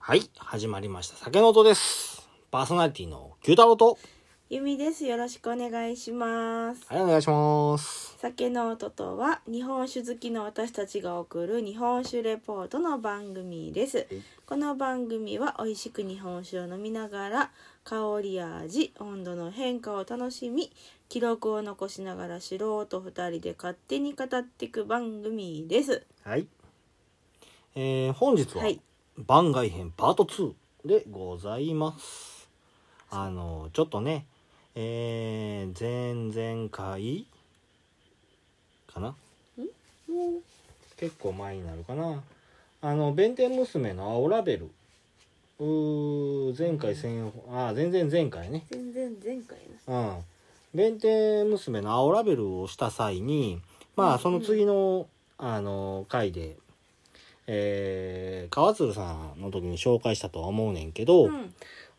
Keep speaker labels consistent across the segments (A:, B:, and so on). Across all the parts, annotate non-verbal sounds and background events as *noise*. A: はい、始まりました。酒の音です。パーソナリティの九太郎と、
B: ゆみです。よろしくお願いします。
A: はい、お願いします。
B: 酒の音とは日本酒好きの私たちが送る日本酒レポートの番組です。この番組は美味しく日本酒を飲みながら香りや味、温度の変化を楽しみ、記録を残しながら素人2人で勝手に語っていく番組です。
A: はい。えー、本日は
B: はい、
A: 番外編パート2でございます。あの、ちょっとね、えー、前々回かな結構前になるかな。あの、弁天娘の青ラベル。うー前回先、あ、全然前回ね。
B: 全然前回の。
A: うん、弁天娘の青ラベルをした際にまあその次の,、あの回で、えー、川鶴さんの時に紹介したとは思うねんけど、
B: うん。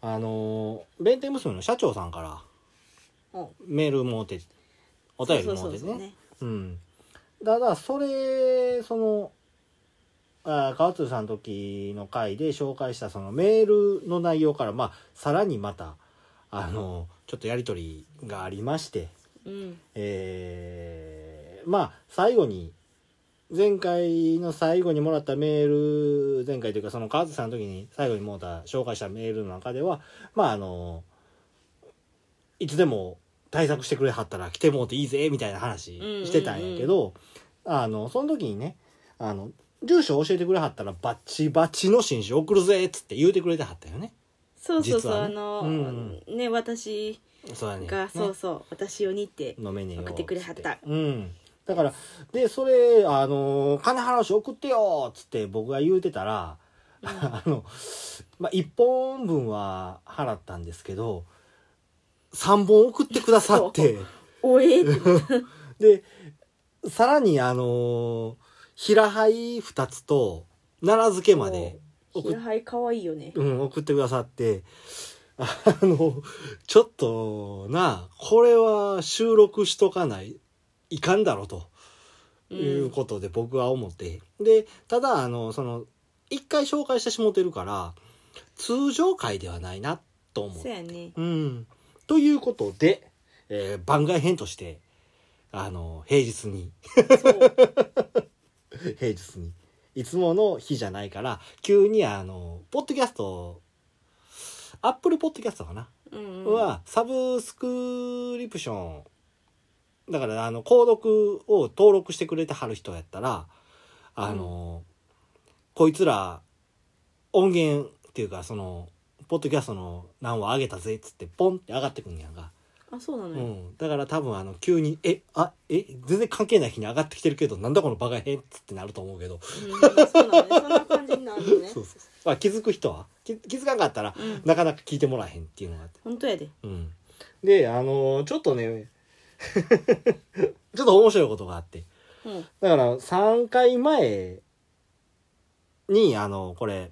A: あの弁天娘の社長さんから
B: お
A: メールもうてお便りもうてね。うんただそれそのあー川鶴さんの時の回で紹介したそのメールの内容からまあさらにまたあのちょっとやり取りがありまして
B: うん。
A: えーまあ最後に前回の最後にもらったメール前回というかその川津さんの時に最後にもらった紹介したメールの中ではまああのいつでも対策してくれはったら来てもうていいぜみたいな話してたんやけど、あのその時にねあの住所教えてくれはったらバッチバチの新種送るぜっつって言うてくれてはったよね。
B: そうそう
A: 実
B: そう、
A: は
B: あ
A: ね
B: の、
A: うん
B: ね私
A: そうだね。
B: が、
A: ね
B: そうそう、私をにって
A: のメニューを
B: 送ってくれはった
A: つうんだからでそれあの金原氏送ってよっつって僕が言うてたら、 *laughs* あのまあ1本分は払ったんですけど3本送ってくださって
B: おえーって
A: でさらにあの平灰2つと奈良漬けまで送っ
B: 平灰可愛いよね
A: うん、送ってくださって、あの、ちょっとな、これは収録しとかない、いかんだろうと、
B: うん
A: いうことで僕は思って。で、ただ、あの、その、一回紹介してしもてるから、通常回ではないな、と思
B: そう
A: う。
B: やね
A: うん。ということで、えー番外編として、あの、平日に、
B: そう
A: *laughs* 平日にいつもの日じゃないから急にあのポッドキャストアップルポッドキャストかな、
B: うん、
A: はサブスクリプションだからあの購読を登録してくれてはる人やったらあの、こいつら音源っていうかそのポッドキャストの何話上げたぜっつってポンって上がってくんやんか、
B: あそうなの
A: う
B: よ、
A: ん、だから多分あの急に「えあえ全然関係ない日に上がってきてるけどなんだこのバカ編」っつってなると思うけど
B: うんそうなのねそんな感じになるのね
A: そうそうそうまあ気づく人は気気づかなかったら、
B: うん
A: なかなか聞いてもらえへんっていうのがあって、
B: 本当やで
A: うん、であのーちょっとね *laughs* ちょっと面白いことがあって
B: うん
A: だから3回前にあのこれ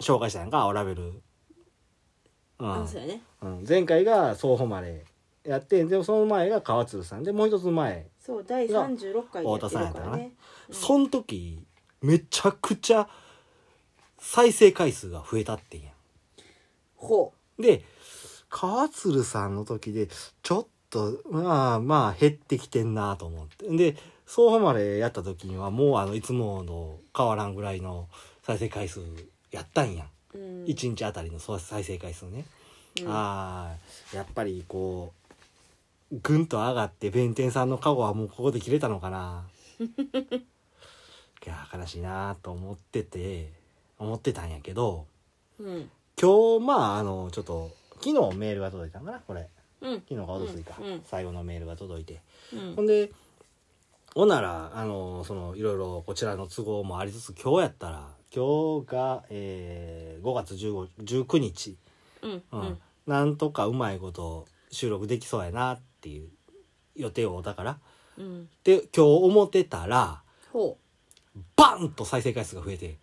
A: 紹介したやんか青ラベル、うん
B: あそうやね
A: うん、前回が総誉れやってでもその前が川鶴さんでもう一つ前、
B: そう第36回でやってるからね
A: そん時めちゃくちゃ再生回数が増えたってんやん
B: ほ
A: で川鶴さんの時でちょっとまあまあ減ってきてんなと思ってで総誉れやった時にはもうあのいつもの変わらんぐらいの再生回数やったんやん、
B: う、うん、
A: 一1日あたりのそう再生回数ね、
B: うん
A: あーやっぱりこうぐんと上がって弁天さんの過去はもうここで切れたのか
B: *laughs*
A: ないや悲しいなと思ってて思ってたんやけど
B: うん
A: 今日まああのちょっと昨日メールが届いたのかなこれ
B: うん
A: 昨日かおとついか、
B: うんうん
A: 最後のメールが届いて、
B: うん
A: ほんでほんならあのそのいろいろこちらの都合もありつつ今日やったら今日が、えー5月15 19日、
B: うん
A: う
B: うんん
A: なんとかうまいこと収録できそうやなっていう予定をだから
B: うん
A: で今日思ってたら
B: ほ
A: バンと再生回数が増えて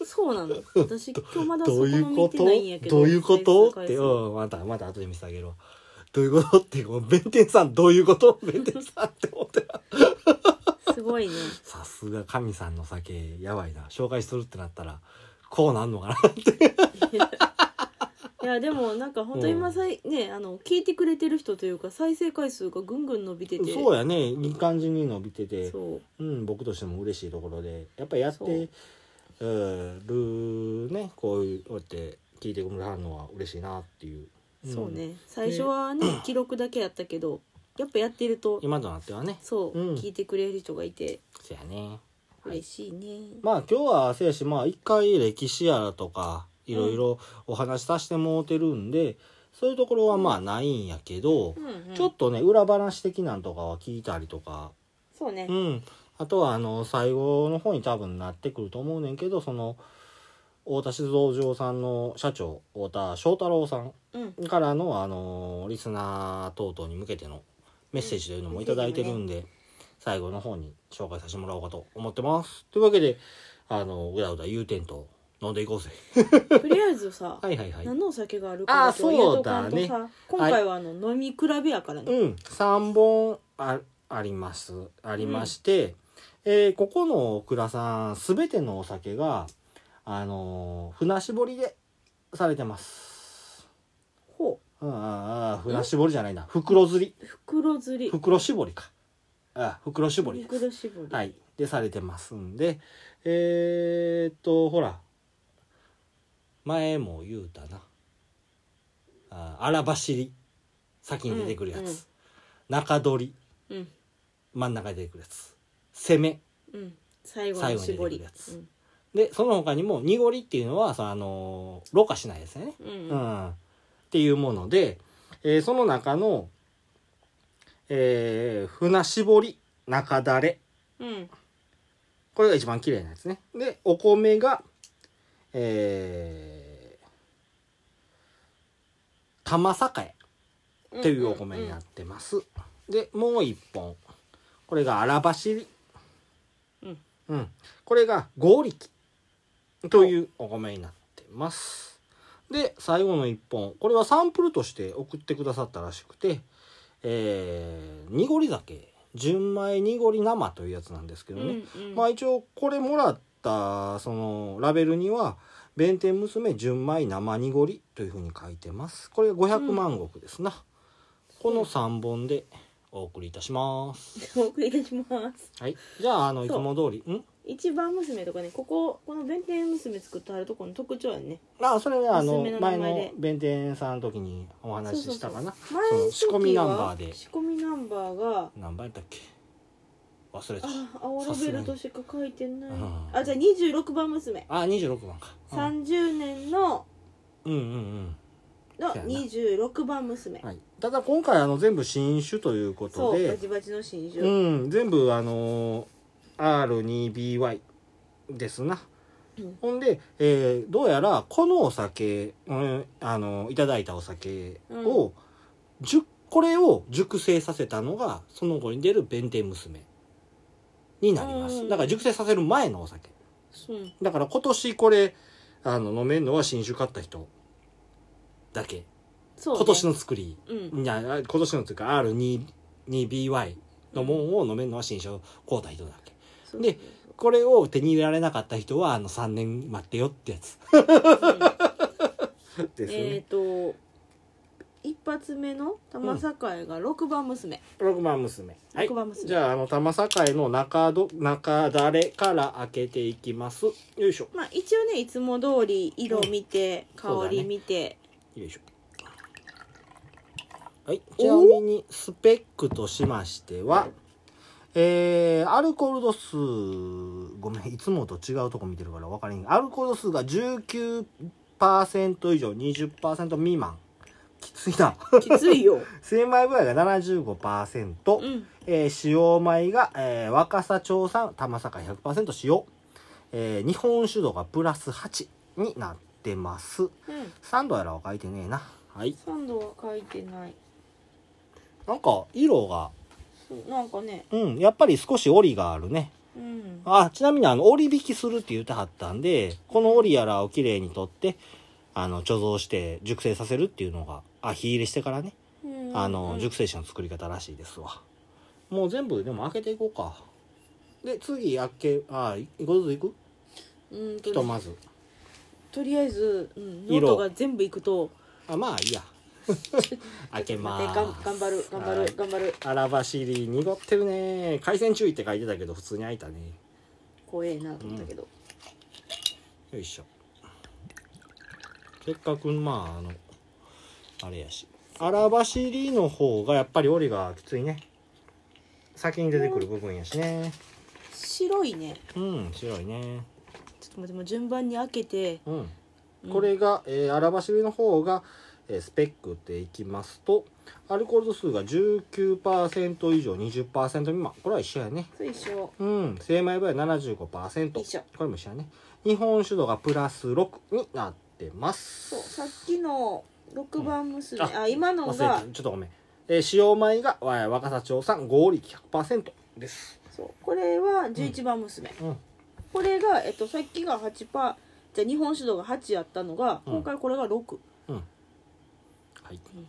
B: うそ
A: *laughs*
B: うなの私今日まだそ
A: ど
B: こ
A: ういう
B: も
A: こ
B: 見て
A: と
B: ないんやけど
A: どういうこと
B: 再
A: っ
B: 生回数
A: て、うん、また、また後で見せてあげるわ。どういうことって、この弁天さんどういう
B: *laughs*
A: こと弁天さんって思ってた。
B: すごいね
A: さすが神さんの酒、やばいな。紹介するってなったら、こうなんのかな
B: いやでもなんか本当今さい、ねあの聞いてくれてる人というか再生回数がぐんぐん伸びてて
A: そうやねいい感じに伸びてて
B: そ
A: う
B: う
A: ん、僕としても嬉しいところでやっぱりやってうんるねこういうこうやって聞いてくれはるのは嬉しいなっていう、ん
B: そうね最初はね
A: *clears throat*
B: 記録だけやったけどやっぱやってると
A: 今となってはね
B: そう、
A: うん
B: 聞いてくれる人がいて
A: そやねはい
B: 嬉しいね、
A: まあ今日はせやしまあ一回歴史やらとかいろいろお話しさせてもうてるんで、そういうところはまあないんやけど、
B: うんうん
A: ちょっとね裏話的なんとかは聞いたりとか
B: そうね
A: うん、あとはあの最後の方に多分なってくると思うねんけどその太田酒造場さんの社長太田翔太郎さん
B: うん
A: からの、あのリスナー等々に向けてのメッセージというのも頂いただいてるんで、最後の方に紹介させてもらおうかと思ってます。というわけであのうだうだ言うてんと飲んでいこうぜ。
B: とりあえずさ、
A: はいはいはい。
B: 何のお酒があるか
A: あ
B: だけは言うとかんと
A: そう
B: さ、
A: だ
B: 今回はあの、飲み比べやからね、
A: うん、3本あありますありまして、えーここの蔵さん全てのお酒が、あのー船絞りでされてます。
B: ほ
A: うんうんうん、船絞りじゃないな袋釣り
B: う袋釣り
A: 袋絞りかあ袋絞りです。
B: 袋絞り
A: はい、でされてますんでえーっとほら前も言うたなあ荒走り先に出てくるやつ、
B: うんうん
A: 中取り
B: うん
A: 真ん中で出てくるやつ攻め
B: うん最後の絞り
A: 最後に出てくるやつでその他にも濁りっていうのはさあのろ過しないですよね、
B: うんうん
A: う
B: うん
A: ん、っていうもので、えーその中の、えー船絞り中だれ
B: うん
A: これが一番綺麗なやつねでお米がえー、玉栄
B: うん
A: というお米になってます、でもう一本これが荒走り
B: うん
A: うん、これが合力というお米になってます。で最後の1本これはサンプルとして送ってくださったらしくて、えー、濁り酒純米濁り生というやつなんですけ
B: う
A: ど
B: ん
A: ね、
B: うんうん
A: まあ一応これもらったそのラベルには「弁天娘純米生濁り」というふうに書いてます。これが500万石ですな、この3本でお送りいたします。
B: *laughs* お送りいたします
A: はい、じゃああのいつも通りん
B: 一番娘とかねこここの弁天娘作ってあるとこの特徴やね
A: あそれねあの
B: 娘の名
A: 前
B: 前で
A: の弁天さんの時にお話ししたかな
B: 前
A: そ
B: の
A: の
B: 時
A: 仕
B: は
A: 込みナンバーで
B: 仕込みナンバーが
A: 何番やったっけ忘れた
B: あ青ラベルとしか書いてない
A: うん
B: あじゃあ26番娘
A: あ二26番か、うん、
B: 30年の
A: うんうん
B: の
A: そうやな
B: 26番娘
A: うんはいただ今回あの全部新種ということ
B: そうバ
A: で
B: チバチの真
A: う
B: 珠
A: ん全部あのー R2BY ですな、
B: うん
A: ほんで、えーどうやらこのお酒、うん、あのいただいたお酒を、じゅこれを熟成させたのがその後に出る弁天娘になりま
B: う
A: す
B: ん
A: だから熟成させる前のお酒
B: うん
A: だから今年これあの飲めるのは新酒買った人だけ、
B: そうね
A: 今年の作り
B: うん
A: いや今年のというか R22BY のもんを飲めるのは新酒買うた人だけ
B: そう
A: でこれを手に入れられなかった人はあの3年待ってよってやつ
B: う
A: *laughs*
B: ん
A: です
B: えっと一発目の玉栄が6番娘
A: 六番娘はい
B: 六番娘
A: じゃああの玉栄の中ど中だれから開けていきますよいしょ
B: まあ一応ねいつも通り色見て
A: そうだね
B: 香り見て
A: よいしょはいちなみにスペックとしましてはえー、アルコール度数ごめんいつもと違うとこ見てるから分かりにくいアルコール度数が19%以上20%未満きついな *laughs*
B: きついよ
A: 精米具合が75%、
B: うん
A: えー使用米が、えー若狭町産玉坂100%使用、えー日本酒度がプラス8になってます
B: うん
A: サンドやらは書いてねえなはい
B: サンドは書いてない
A: なんか色が
B: そうなんかね
A: うんやっぱり少し折りがあるね
B: うん
A: あちなみにあの折り引きするって言ってはったんでこの折りやらをきれいに取ってあの貯蔵して熟成させるっていうのがあ火入れしてからね
B: うん
A: あの
B: うん
A: 熟成酒の作り方らしいですわもう全部でも開けていこうかで次開けあ一個ずついく
B: うん
A: ひ
B: と
A: と
B: ね
A: まず
B: とりあえず、うん、ノー
A: 色
B: トが全部いくと
A: あまあいい
B: *laughs*
A: や *laughs* 開けま
B: 待ってがん
A: す
B: 頑張る頑張
A: は
B: る
A: い
B: 頑張る
A: あらばしり濁ってるね回線注意って書いてたけど普通に開いたね
B: 怖えなと思ったけど、
A: よいしょせっかくまああのあれやしあらばしりの方がやっぱり折りがきついね先に出てくる部分やしね
B: 白いね
A: うん白いね
B: ちょっと待ってもう順番に開けて、
A: うん
B: うん
A: これが、えー、アラバシルの方が、えースペックっていきますとアルコール度数が19%以上20%未満これは一緒やね
B: そう一緒
A: うん精米部は75%
B: 一緒
A: これも一緒やね日本酒度がプラス6になってます
B: そうさっきの六番娘、
A: うん
B: あ今の
A: 忘れ
B: が
A: てちょっとごめん、えー、使用米がわ若狭町産合力100%です
B: そうこれは11番娘、
A: うん
B: これが、えっと、さっきが8パーじゃあ日本酒度が8やったのが、
A: うん
B: 今回これが6
A: はい
B: うん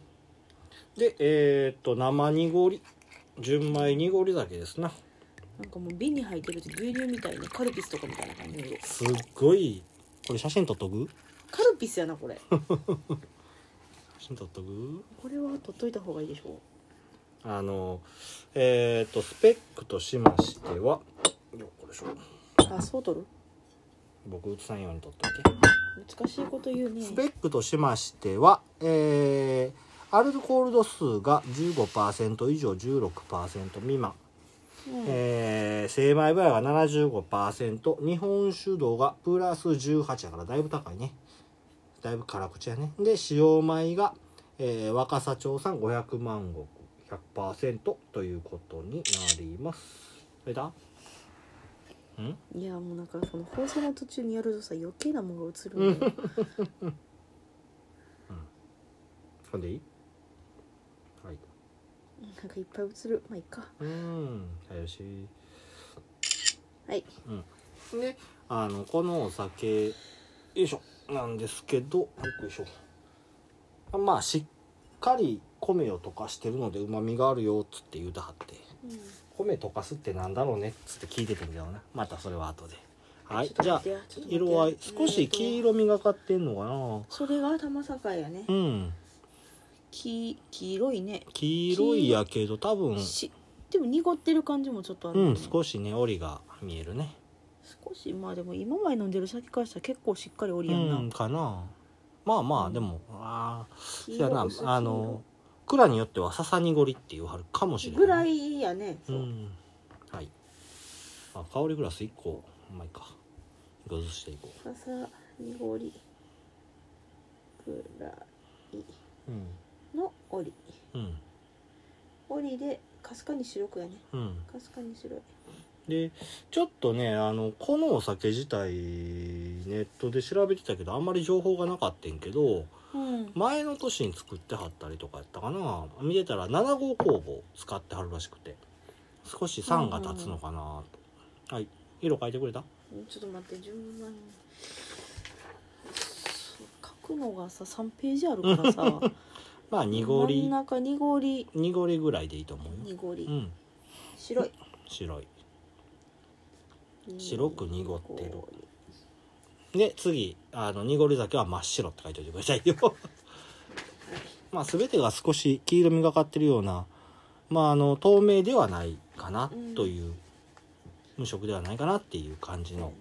A: でえー、っと生濁り純米濁り酒ですな
B: なんかもう瓶に入ってると牛乳みたいねカルピスとかみたいな感じの色
A: すっごいこれ写真撮っとく
B: カルピスやなこれこ
A: 写真撮っとく
B: れは取っといた方がいいでしょ
A: あのえっ、とスペックとしましてはよこれしょ
B: あそう取る
A: 僕映さんように撮っといて
B: 難しいこと言うね
A: スペックとしましてはえーアルコール度数が15%以上16%未満、
B: うん
A: えー精米部合が75%日本酒度がプラス18やからだいぶ高いねだいぶ辛口やねで使用米が、えー若狭町産500万石100%ということになりますそれだん
B: いやもうなんかその放送の途中にやるとさ余計なものが映るんだよ
A: ほんでいいはい
B: なんかいっぱい映るまあいいか
A: うんはよし
B: はい
A: であのこのお酒よいしょなんですけどよいしょまあしっかり米を溶かしてるのでうまみがあるよっつって言うてはって米溶かすってなんだろうねっつって聞いててんだよなまたそれは後ではいじゃあ色合い少し黄
B: 色
A: 色みがかってんのか
B: それが玉境やね
A: なうん
B: 黄黄色いね
A: 黄色いやけど多分
B: しでも濁ってる感じもちょっとある
A: う
B: よね
A: ん少しね折りが見えるね
B: 少しまあでも今まで飲んでる酒からしたら結構しっかりおり
A: う
B: やんな、
A: んかなまあま
B: う
A: あ
B: ん
A: でもああ
B: 黄
A: そ
B: 色
A: やな
B: 薄黄色
A: あの蔵によっては笹濁りって言わはるかもしれない
B: ぐらいやね
A: う
B: そう、
A: んはいあ香りグラス1個うまいか一個ずつしていこ
B: 笹濁りぐらいう
A: うん
B: の折り
A: うん
B: 折りでかすかに白くやね
A: うん
B: かすかに白い
A: でちょっとねあのこのお酒自体ネットで調べてたけどあんまり情報がなかったんけど
B: うん
A: 前の年に作ってはったりとかやったかな見てたら7号工房使ってはるらしくて少し酸が立つのかなとはい色変えてくれた
B: ちょっと待って順番にそう書くのがさ3ページあるからさ
A: *laughs* まあ濁
B: 真ん
A: り
B: 中濁り
A: 濁りぐらいでいいと思うよ
B: 濁り、
A: うん
B: 白い
A: 白い白く濁ってる
B: 濁り
A: で次あの濁り酒は真っ白って書いておいてくださいよ *laughs* まあ全てが少し黄色みがかってるようなまああの透明ではないかな
B: うん
A: という、無色ではないかなっていう感じの、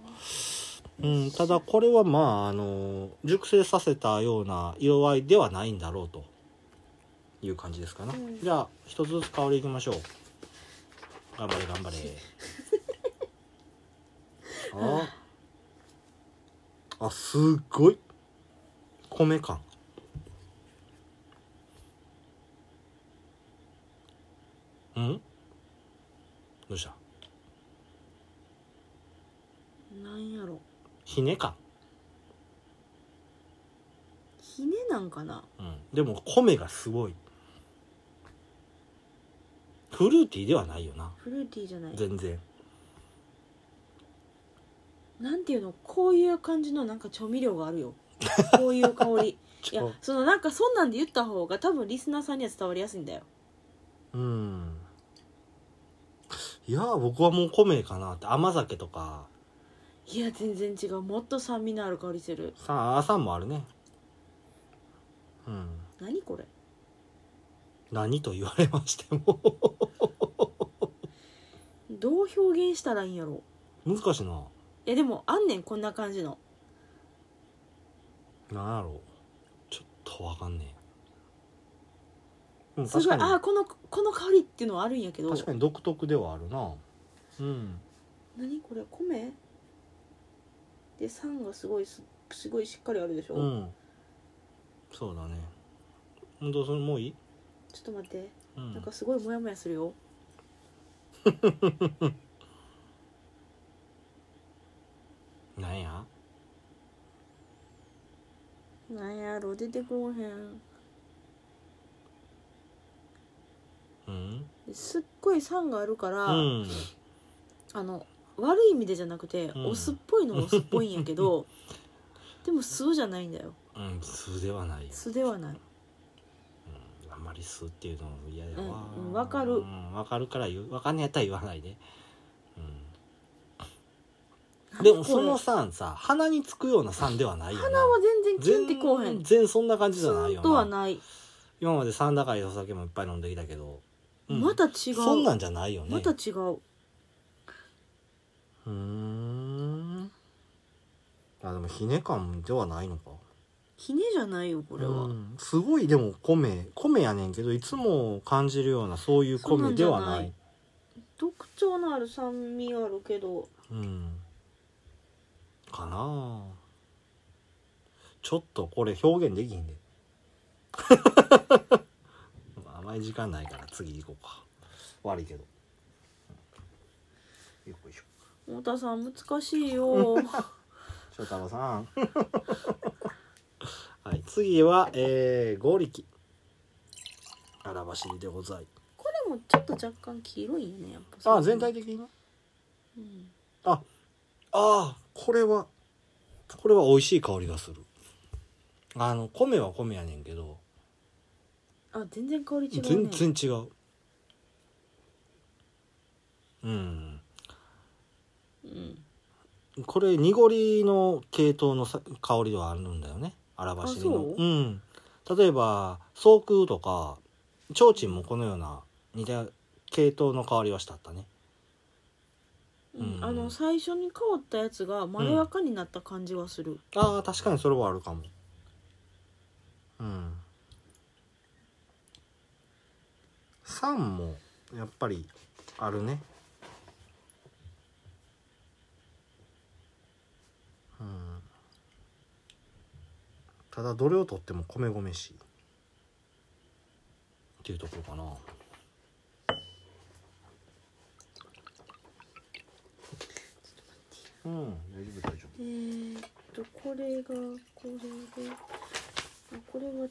A: うん、ただこれはまああの熟成させたような色合いではないんだろうという感じですかな、
B: うん
A: じゃあ一つずつ香りいきましょう頑張れ頑
B: *laughs*
A: 張れああすっごい米感うんどうした
B: なんやろ
A: ひね感
B: ひねなんかな
A: うん、でも米がすごいフルーティーではないよな
B: フルーティーじゃない
A: 全然
B: なんていうのこういう感じのなんか調味料があ
A: *laughs*
B: るよこういう香りいやそのなんかそんなんで言った方が多分リスナーさんには伝わりやすいんだよ
A: うんいや僕はもう米かなって甘酒とか
B: いや全然違うもっと酸味のある香りする
A: さあ、あーさんもあるね。うん。
B: 何これ
A: 何と言われましても *laughs*
B: どう表現したらいいんやろ
A: 難しいな。
B: いやでもあんねんこんな感じの
A: なんやろう。ちょっとわかんねえ。うん、
B: す
A: 確
B: ご
A: か
B: いああ
A: に。
B: このこの香りっていうのはあるんやけど
A: 確かに独特ではあるな。うん。
B: 何これ米で酸がすごいすすごいしっかりあるでしょ、
A: うん。そうだね。本当それもういい
B: ちょっと待って
A: うん
B: なんかすごいモヤモヤするよ
A: なんや
B: なんやろ出てこうへん
A: うん
B: ですっごい酸があるから、
A: うん
B: あの悪い意味でじゃなくて、
A: うん
B: オスっぽいのはオスっぽいんや
A: *laughs*
B: けどでも素じゃないんだよ
A: うん素ではないよ、
B: 素ではない
A: うん、あんまり素っていうのも嫌やわ
B: うんうんわか
A: う
B: る
A: ん、わかるから言うわかんねやったら言わないで、うん、でもその
B: こ
A: 酸さ鼻につくような酸ではないよな
B: れ鼻は全然キュンってこうへ
A: 全
B: ん
A: 然そんな感じじゃない
B: 酸
A: よ
B: とは
A: な
B: ない、
A: 今まで酸高いお酒もいっぱい飲んできたけど、うん
B: また違う
A: そんなんじゃないよね
B: また違う
A: うーんあでもひね感ではないのか
B: ひねじゃないよこれは、
A: うん、すごいでも米米やねんけどいつも感じるようなそういう米ではない
B: 特徴のある酸味があるけど
A: うんかなあちょっとこれ表現できひんであまり時間ないから次行こうか悪いけどよっこいしょ
B: 太田さん難しいよ *laughs*
A: 翔太郎さん *laughs* はい次はえー、合力荒走りでござい
B: これもちょっと若干黄色いよねやっぱ
A: あ全体的にね
B: うん
A: ああーこれはこれは美味しい香りがするあの米は米やねんけど
B: あ全然香り違うね
A: 全然違ううん
B: うん
A: これ濁りの系統のさ香りではあるんだよね荒走りの
B: あそう
A: うん例えば草空とか提灯もこのような似た系統の香りはしたったね
B: うん
A: うん
B: あの最初に香ったやつがまろやかになった感じはする、
A: ああ確かにそれはあるかもうん酸もやっぱりあるねうんただどれをとっても米米しいっていうところかなうん大丈夫大丈
B: えーっとこれがこれであこれは違う間違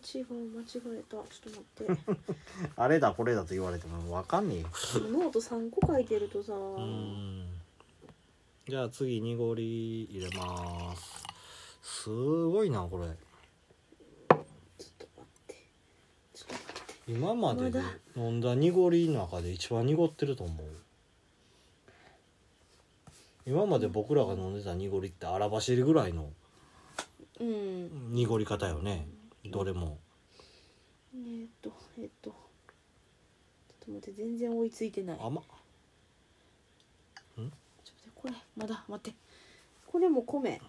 B: えたちょっと待って
A: 夫あれだこれだと言われてもわかんねえよ
B: ノート3個書いてるとさ
A: うんじゃあ次濁り入れますすごいなこれ
B: ちょっと待ってちょっと
A: 今までで
B: まだ
A: 飲んだ濁りの中で一番濁ってると思う今まで僕らが飲んでた濁りって荒走りぐらいの
B: うん
A: 濁り方よねどれも
B: えーっとえーっとちょっと待って全然追いついてないちょっと
A: 甘っ
B: 待ってこれまだ待ってこれも米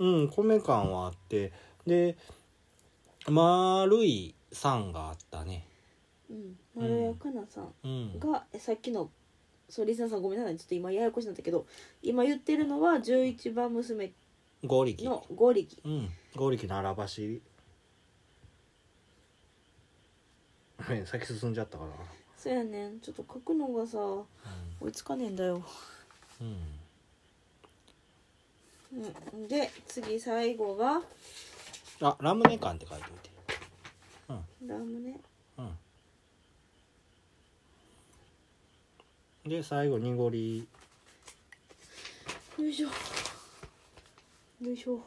A: うん米感はあってで丸い酸があったね
B: うんまろやかなさん
A: うん
B: が、えさっきのそうリスナーさんごめんなさいちょっと今ややこしになったけど今言ってるのは11番娘
A: 合力
B: の五力
A: うん、合力の荒走り。ごめん先進んじゃったから。
B: そうやねんちょっと書くのがさ追いつかねえんだよ、
A: うん、
B: うん、で次最後が
A: あ、ラムネ缶って書いてみて。
B: ラムネ
A: うん。で、最後濁り。
B: よいしょよいしょ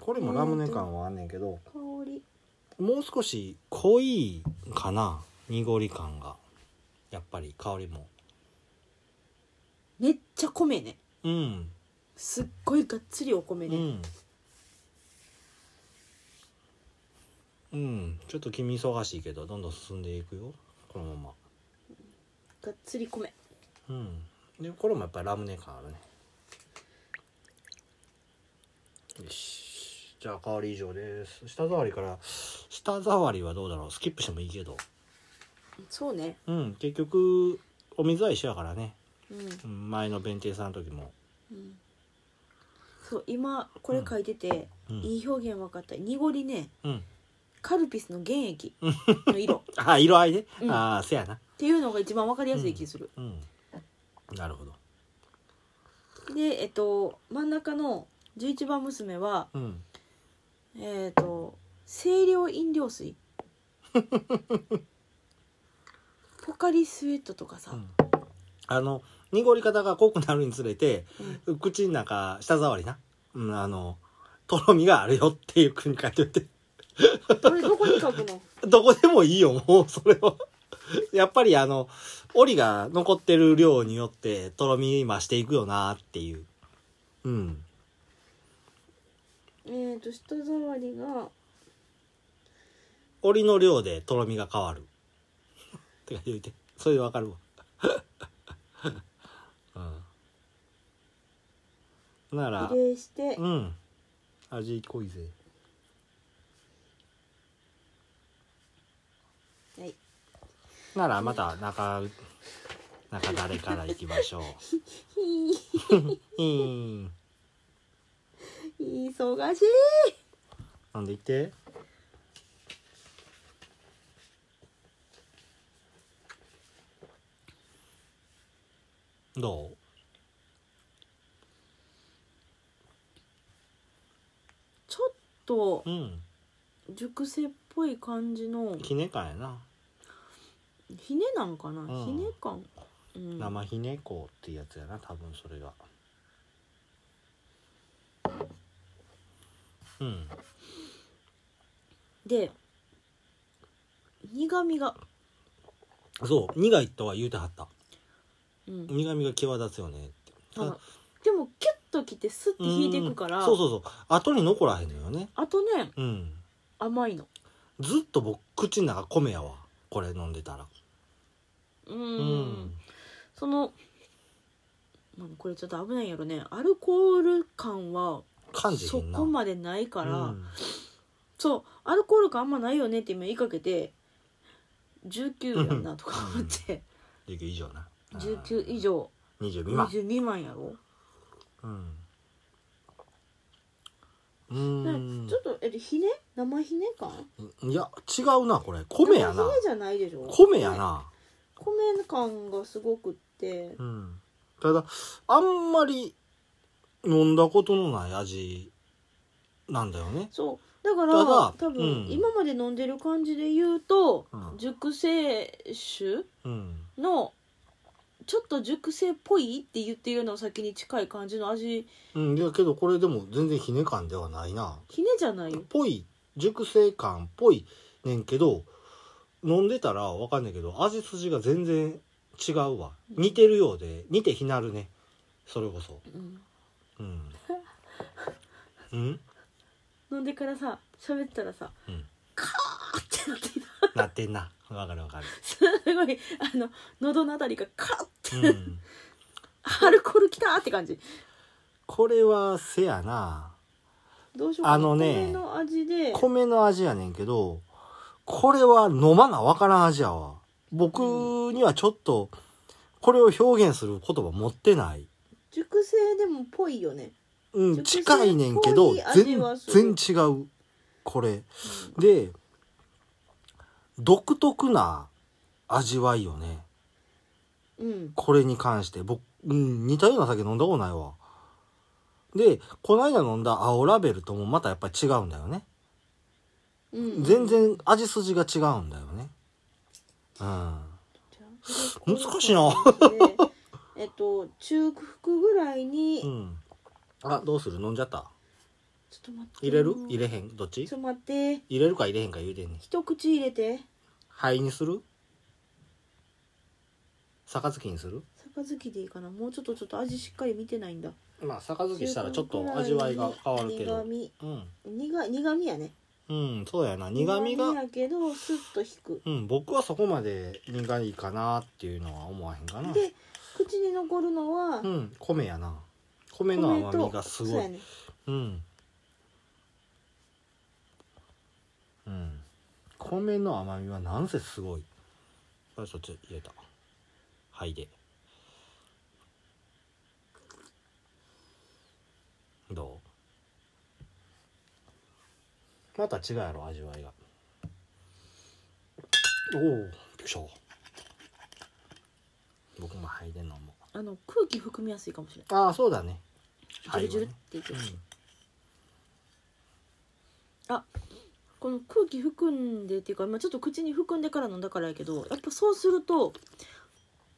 A: これもラムネ感はあんねんけど、
B: 香り
A: もう少し濃いかな、濁り感が。やっぱり香りも。
B: めっちゃ米ね
A: うん。
B: すっごいがっつりお米
A: う
B: で、
A: んうんちょっと君忙しいけどどんどん進んでいくよこのま
B: がっつり米
A: まうんでこれもやっぱりラムネ感あるねよしじゃあ香り以上です舌触りから舌触りはどうだろうスキップしてもいいけど
B: そうね
A: うん結局お水は一緒やからね
B: うん、
A: うん前の弁天さんの時も
B: うん、そう今これ書いてて、
A: うんうん
B: いい表現分かった濁りね
A: うん
B: カルピスの原液の色
A: あ色合いね、
B: うん
A: ああせやな
B: っていうのが一番分かりやすい気する、
A: うんなるほど
B: でえっと真ん中の11番娘は
A: うん
B: えっと清涼飲
A: *laughs*
B: 料水ポカリスエットとかさ、
A: うんあの濁り方が濃くなるにつれて
B: うん
A: 口の中舌触りな、うん、あのとろみがあるよっていう国書いておいて
B: これどこに書くの
A: どこでもいいよもうそれはやっぱりあの檻が残ってる量によってとろみ増していくよなっていううん
B: えっと舌触りが
A: 檻の量でとろみが変わるって書いておいてそれでわかるわ、 *laughs* うん、なら
B: 比例して
A: うん味濃いぜ
B: はい
A: ならまた中中誰から行きましょ
B: ひ *laughs*
A: ういい
B: ー忙しい
A: 飲んでいってどう
B: ちょっと
A: うん
B: 熟成っぽい感じの
A: きね感やな
B: ひねなんかな、
A: ん
B: ひね感、うん、
A: 生ひねこっていうやつやな多分それがうん
B: で苦みが、
A: そう苦いとは言うてはった
B: うん、
A: 苦みが際立つよねって
B: あでもキュッときてスッて引いていくから、
A: うんそうそうそう後に残らへんのよね
B: あとね
A: うん
B: 甘いの
A: ずっと僕口の中米やわこれ飲んでたら
B: うー
A: うん
B: そのまあこれちょっと危ないんやろねアルコール感は
A: 感じへ
B: そ
A: んな
B: こまでないから、
A: うん
B: そうアルコール感あんまないよねって今言いかけて19やんなとか思って
A: 19以上な
B: 19以上
A: 20未満
B: 20未満やろ
A: うんう
B: だから
A: ーん
B: ちょっとえひね生ひね感
A: いや違うなこれ米やな
B: 生ひねじゃないでしょ
A: 米やな
B: 米感がすごくって
A: うんただあんまり飲んだことのない味なんだよね
B: そうだから
A: ただ
B: 多分、
A: うん
B: 今まで飲んでる感じで言うと、
A: うん
B: 熟成酒
A: うん
B: のちょっと熟成っぽいって言ってるようなお酒に近い感じの味
A: うんいやけどこれでも全然ひね感ではないな
B: ひねじゃないよ
A: ぽい熟成感っぽいねんけど飲んでたらわかんないけど味筋が全然違うわ似てるようで似て非なるねそれこそ
B: うん
A: うんうん
B: 飲んでからさ喋ってたらさ
A: うん
B: カーってなってた
A: なってんなわかるわかる
B: すごいあの喉のあたりがカーって、
A: うん
B: アルコールきたーって感じ
A: これはせやな
B: どうしようかな
A: あのね
B: 米の味で
A: 米の味やねんけどこれは飲まなわからん味やわ僕にはちょっとこれを表現する言葉持ってない
B: 熟成でもぽいよね、
A: うん、
B: 熟成
A: 近いねんけど
B: っぽい味はする
A: 全然違うこれで独特な味わいよね
B: うんうん
A: これに関して僕、うん、似たような酒飲んだことないわでこの間飲んだ青ラベルともまたやっぱり違うんだよね
B: うん、
A: 全然味筋が違うんだよねうん難しいな
B: でえっと中腹ぐらいに、
A: う
B: ちょ
A: んあどうする飲んじゃった
B: っと待って
A: 入れる入れへんどっち
B: ちょっと待って
A: 入れるか入れへんか言うてんねん
B: 一口入れて
A: 灰にする杯にする
B: 杯でいいかなもうちょっとちょっと味しっかり見てないんだ
A: まあ杯したらちょっと味わいが変わるけ
B: 苦
A: ど
B: み
A: うん
B: 苦苦みやね
A: うんそうやな苦味が
B: 苦やけどスッと引く
A: うん僕はそこまで苦いかなっていうのは思わへんかな
B: で口に残るのは、
A: うん米やな米の甘みがすご
B: そう
A: い
B: やね
A: うんうん米の甘みはなんせすごいあそっち入れたはいでどうまた違うやろ味わいがおおびっくりした僕も入れんのも
B: あの空気含みやすいかもしれ
A: ああそうだね
B: ないジュルジュルっ
A: はい
B: ていけ
A: う
B: る、
A: ん
B: この空気含んでっていうか、まあ、ちょっと口に含んでから飲んだからやけどやっぱそうすると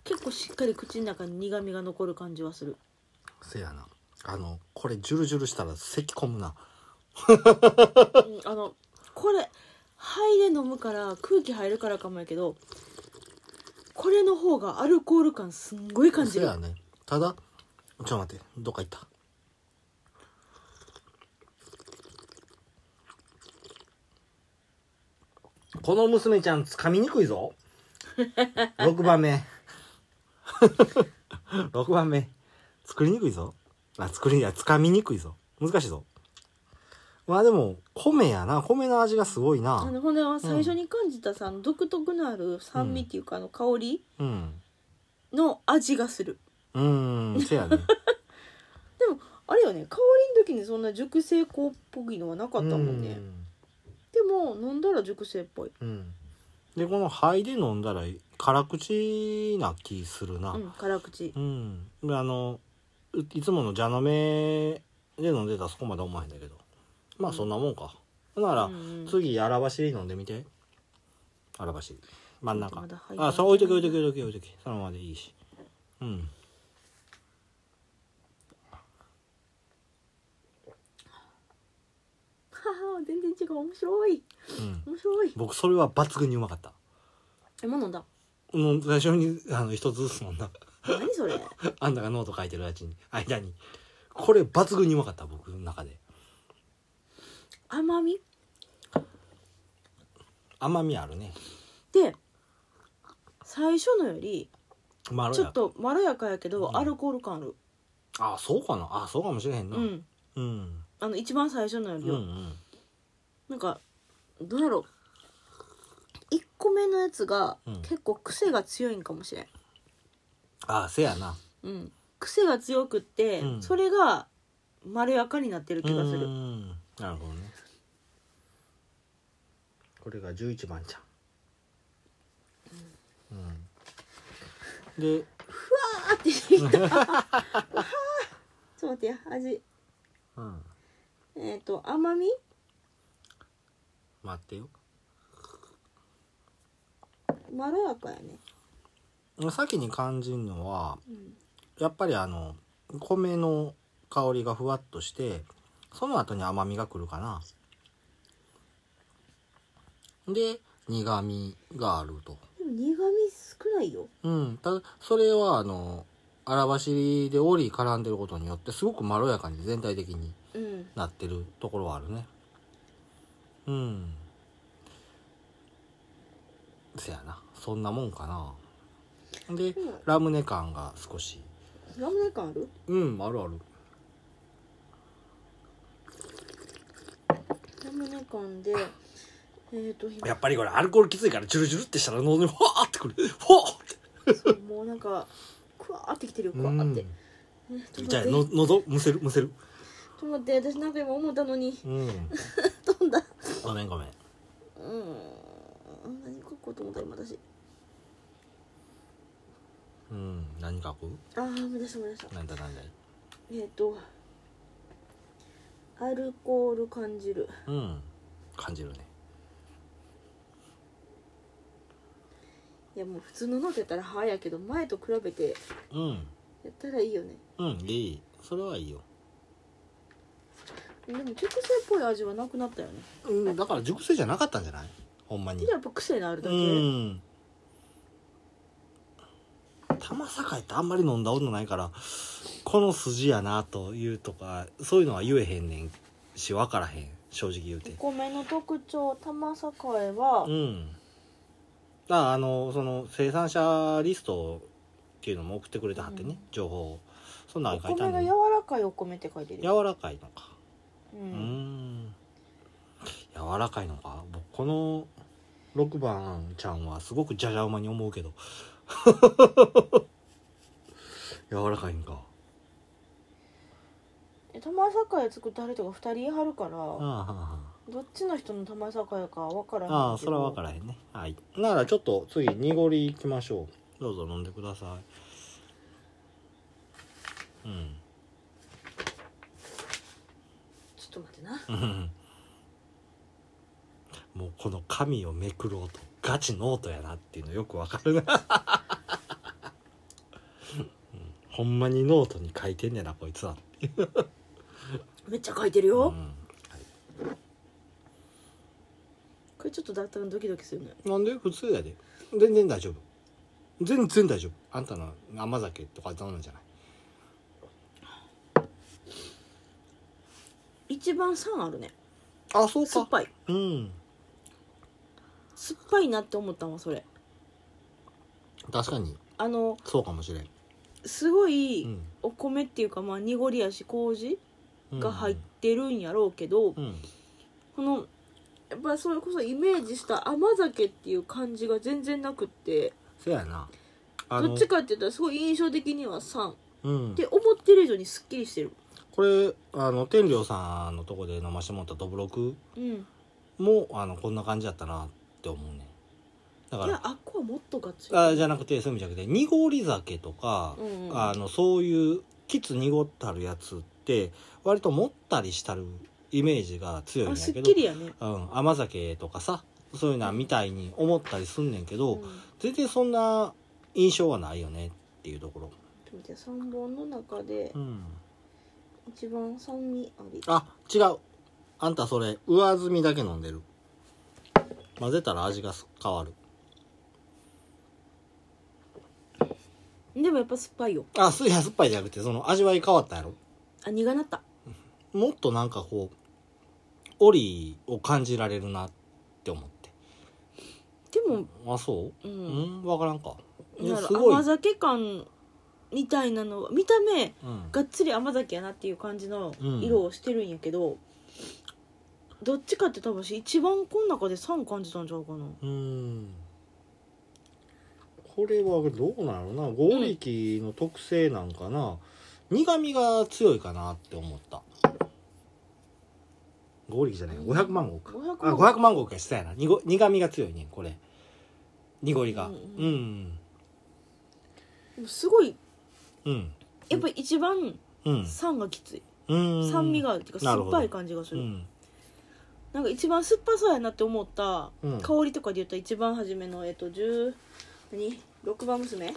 B: 結構しっかり口の中に苦みが残る感じはする
A: せやなあのこれジュルジュルしたら咳込むな
B: うんあのこれ肺で飲むから空気入るからかもやけどこれの方がアルコール感すんごい感じ
A: せ
B: る
A: やねただちょっと待ってどっか行ったこの娘ちゃんつかみにくい
B: *laughs*
A: ぞ6番目 *laughs* 6番目作りにくいぞあ作りいやつかみにくいぞ難しいぞまあでも米やな米の味がすごい
B: あ
A: な
B: のほんで最初に感じたさ、あの独特のある酸味っていうか、あの香り
A: うん
B: の味がする
A: うーんせやね
B: でもあれよね香りの時にそんな熟成香っぽいのはなかったもんね、でも飲んだら熟成っぽい
A: うんうんでこの肺で飲んだら辛口な気するな
B: うん辛口
A: うん、であのういつもの蛇の目で飲んでたらそこまで思わへんだけどまあそんなもんか、ほなら、
B: うん
A: 次あらばし飲んでみてあらばし真ん中、
B: まだ入ってない
A: あそう置いとき置いとき置いとき置いときそのままでいいしうん
B: はは *laughs* 全然違う面白い
A: うん
B: 面白い
A: 僕それは抜群にうまかった
B: えもう飲んだ
A: もう最初にあの一つずつ飲んだ
B: 何それ
A: あんたがノート書いてるやつに間にこれ抜群にうまかった僕の中で
B: 甘み
A: 甘みあるね
B: で最初のより
A: まろ
B: ちょ
A: や
B: っ
A: か
B: とまろやかやけど、
A: うん
B: アルコール感ある
A: あそうかなあそうかもしれへんな
B: うん、
A: うん
B: あの一番最初のよ
A: う
B: り
A: んう
B: は、
A: ん
B: なんかどうやろう1個目のやつが
A: うん
B: 結構癖が強いんかもしれん、
A: あせやな
B: うん、癖が強くって、
A: うん
B: それがまろやかになってる
A: う
B: 気がする、
A: んなるほどねこれが11番ちゃんうんで
B: あってしてきた *laughs* あーちょっと待ってや味
A: うん
B: えっ、と甘み
A: 待ってよ
B: まろやかやね、
A: 先に感じるのは
B: うん、
A: やっぱりあの米の香りがふわっとしてその後に甘みがくるかなで苦みがあると
B: でも苦み少ないよ
A: うんただそれはあの荒走りでオリ絡んでることによってすごくまろやかに全体的に
B: うん
A: なってるところはあるねうんせやなそんなもんかなで
B: うん
A: ラムネ感が少し
B: ラムネ感ある
A: うんあるある
B: ラムネ感でえっ、と今
A: やっぱりこれアルコールきついからジュルジュルってしたら喉にファーってくるファーって
B: そうもうなんかクワーってきてるよクワーって、えーちょっ
A: じゃあ
B: と待って
A: の喉むせるむせる
B: ちょっと待って私なんか今思ったのに
A: う
B: *laughs*
A: ん
B: 飛んだ
A: ごめんごめん
B: うーん何書こうと思った今私
A: うん何書く
B: ああ思い出した思い出した
A: なんだなんだい
B: えっ、とアルコール感じる
A: うん感じるね
B: いやもう普通のノートやったら歯やけど前と比べて
A: うん
B: やったらいいよね
A: うんいいそれはいいよ、
B: でも熟成っぽい味はなくなったよね
A: うん、だから熟成じゃなかったんじゃないほんまに
B: じゃあやっぱ癖のあるだ
A: う
B: け、
A: ん玉坂ってあんまり飲んだことないからこの筋やなというとかそういうのは言えへんねんし分からへん正直言うて
B: お米の特徴玉栄は、
A: うんだからあのその生産者リストっていうのも送ってくれてはってね、
B: うん
A: 情報をそんなん
B: お
A: 書いてあ
B: 米
A: る
B: が
A: の
B: 柔
A: に
B: らかいお米って書いてるよ、
A: 柔らかいのか
B: う、
A: うんん柔らかいのか僕この6番ちゃんはすごくじゃじゃ馬に思うけど *laughs* 柔らかいんか
B: で玉栄作った人が2人いはるから、
A: ああは
B: どっちの人の玉栄かわから
A: あ
B: へん
A: はあああそれは分からへんねはいならちょっと次濁りいきましょうどうぞ飲んでくださいうん
B: ちょっと待ってな
A: うんもうこの紙をめくる音ガチの音やなっていうのよくわかるな、うんほんまにノートに書いてんねんなこいつは、
B: めっちゃ書いてる
A: うん
B: よ、
A: は
B: これちょっとだったらドキドキするね
A: い、なんで普通やで全然大丈夫全然大丈夫あんたの甘酒とか飲むんじゃない
B: 一番酸あるね
A: あそう
B: 酸っ
A: か
B: ぱい
A: うん
B: 酸っぱいなって思ったもんそれ
A: 確かに
B: あの
A: そうかもしれん、
B: すご
A: う
B: い
A: ん
B: お米っていうかまあ濁りやし麹
A: うん、
B: が入ってるんやろうけど、
A: うん
B: このやっぱりそれこそイメージした甘酒っていう感じが全然なくって
A: そやなあ
B: どっちかって言ったらすごい印象的には酸っ
A: うん
B: て思ってる以上にすっきりしてる
A: これあの天領さんのとこで飲ましてもらったどぶろく
B: うん
A: もあのこんな感じだったなって思うねだか
B: いや
A: ら
B: あっこはもっとがっつり
A: あじゃなくてそういう意味じゃなくて濁り酒とか、
B: うんうん
A: あのそういうきつ濁ったるやつって割ともったりしたるイメージが強い
B: あ
A: ん
B: す
A: やけ
B: っき
A: ど、
B: りやね、
A: うん、甘酒とかさそういうのみたいに思ったりすんねんけど、
B: うんでも
A: 全然そんな印象はないよねっていうところ、
B: じゃあ3本の中で
A: うん、
B: 一番酸味あり
A: あ違うあんたそれ上澄みだけ飲んでる混ぜたら味がす変わる
B: でもやっぱ酸っぱいよ
A: あすいや酸っぱいじゃなくてその味わい変わったやろ
B: あ苦なった
A: もっとなんかこう折を感じられるなって思って
B: でも、
A: あそうううんん分からんかいや
B: なんだ
A: す
B: ろ
A: ごい、
B: 甘酒感みたいなのは見た目
A: うん、
B: がっつり甘酒やなっていう感じの
A: うん
B: 色をしてるんやけど、どっちかって多分私一番この中で酸感じたんちゃうかな
A: うんこれはどうなのな合力の特性なんかな、苦みが強いかなって思った合力じゃない500万号かあ
B: 500万
A: 500万号かしたやなにご苦みが強いねこれ濁りが
B: う
A: うんん
B: う
A: うん
B: でもすごい
A: うん
B: やっぱ一番
A: うん
B: 酸がきつい、
A: うん
B: 酸味があるっていうか
A: な
B: 酸
A: る
B: っ
A: ほど
B: ぱい感じがす
A: う
B: る
A: ん
B: なんか一番酸っぱそうやなって思った
A: うん
B: 香りとかで言ったら一番初めのえっと10何6番娘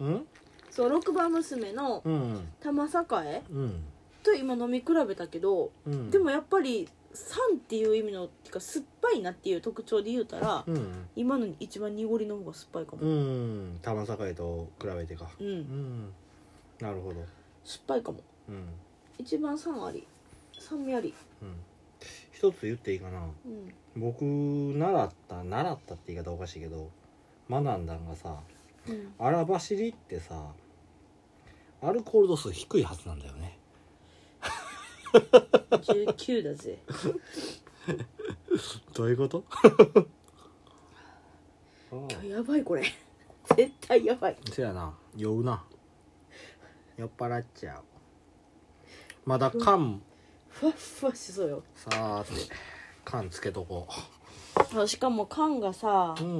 A: うん
B: そう6番娘の
A: うん
B: 玉栄
A: うん
B: と今飲み比べたけど
A: うん
B: でもやっぱり酸っていう意味のてか酸っぱいなっていう特徴で言うたら、
A: うん
B: 今の一番濁りの方が酸っぱいかも、
A: うん玉栄と比べてか
B: うん
A: うんなるほど
B: 酸っぱいかも
A: うん
B: 一番酸あり酸味あり
A: うん一つ言っていいかな
B: うん
A: 僕習った習ったって言い方おかしいけど学んだんがさ
B: うん
A: 荒走りってさアルコール度数低いはずなんだよね
B: 19だぜ
A: どういうこと
B: 今日やばいこれ *laughs* 絶対やばい
A: せやな酔うな酔っ払っちゃうまだ缶
B: ふわっふわしそうよ
A: さーって缶つけとこ
B: あしかも缶がさ
A: ううん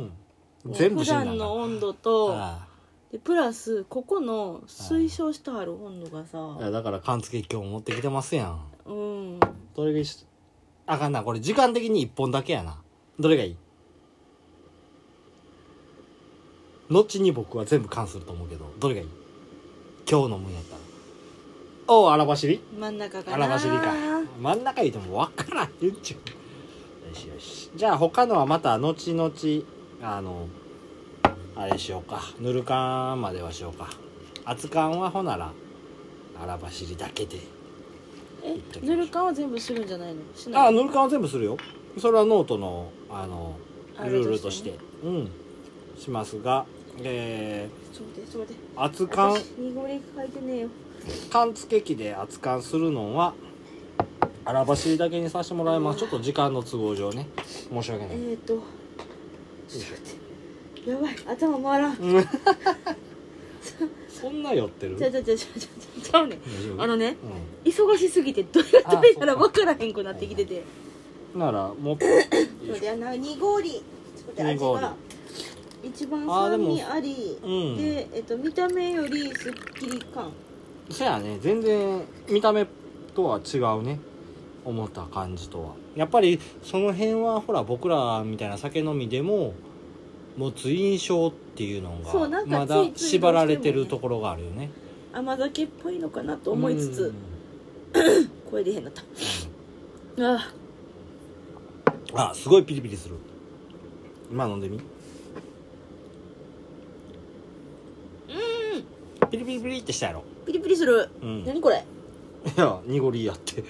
B: もう
A: 全部
B: 普
A: 死んだ
B: 段の
A: な
B: 温度と
A: あ
B: でプラスここの推奨してある温度が
A: あいや
B: さ
A: だから缶つけ今日持ってきてますやん
B: うん
A: どれがいいしあかんなこれ時間的に1本だけやなどれがいい後に僕は全部缶すると思うけどどれがいい今日飲むんやったらおお荒走り
B: 真ん中かな
A: あら走りか真ん中いても分からん言っちゃうよしよしじゃあ他のはまた後々あのあれしようかぬる缶まではしようか熱缶はほならあらばしりだけで
B: え
A: っときましょう
B: ぬる缶は全部するんじゃないのしない
A: あぬる缶は全部するよそれはノートのあの
B: あれ
A: ルールとして
B: ね
A: うんしますがえ
B: ちょっと待ってちょっと待って
A: ー、熱缶
B: 私濁り書いてねえよ
A: 缶付け機で熱燗するのはあらばしりだけにさせてもらいますちょっと時間の都合上ね申し訳
B: え
A: ない、
B: ー、っとちょっと待ってやばい頭回らん
A: うんそんな酔ってる
B: ちゃうちゃうちゃうちゃうちゃうちゃうね
A: 大丈夫
B: あのね
A: う
B: 忙しすぎてどれがどれやら
A: あそ
B: 分
A: う
B: からへんくなってきてて
A: んならもう
B: そうだよな濁りちょっと待って味
A: 濁り
B: が一番
A: あーで
B: 酸
A: も
B: 味あり
A: うん
B: で、えっと、見た目よりすっきり感
A: そやね全然見た目とは違うね思った感じとはやっぱりその辺はほら僕らみたいな酒飲みでも持つ印象っていうの
B: そ
A: が
B: うなんか
A: まだ
B: ついついどうしてもね
A: 縛られてるところがあるよね
B: 甘酒っぽいのかなと思いつつ声出へんなったあ
A: うんあすごいピリピリする今飲んでみピリピリピリってしたやろ
B: ーピリピリする
A: うんい
B: 何これ
A: や濁りやって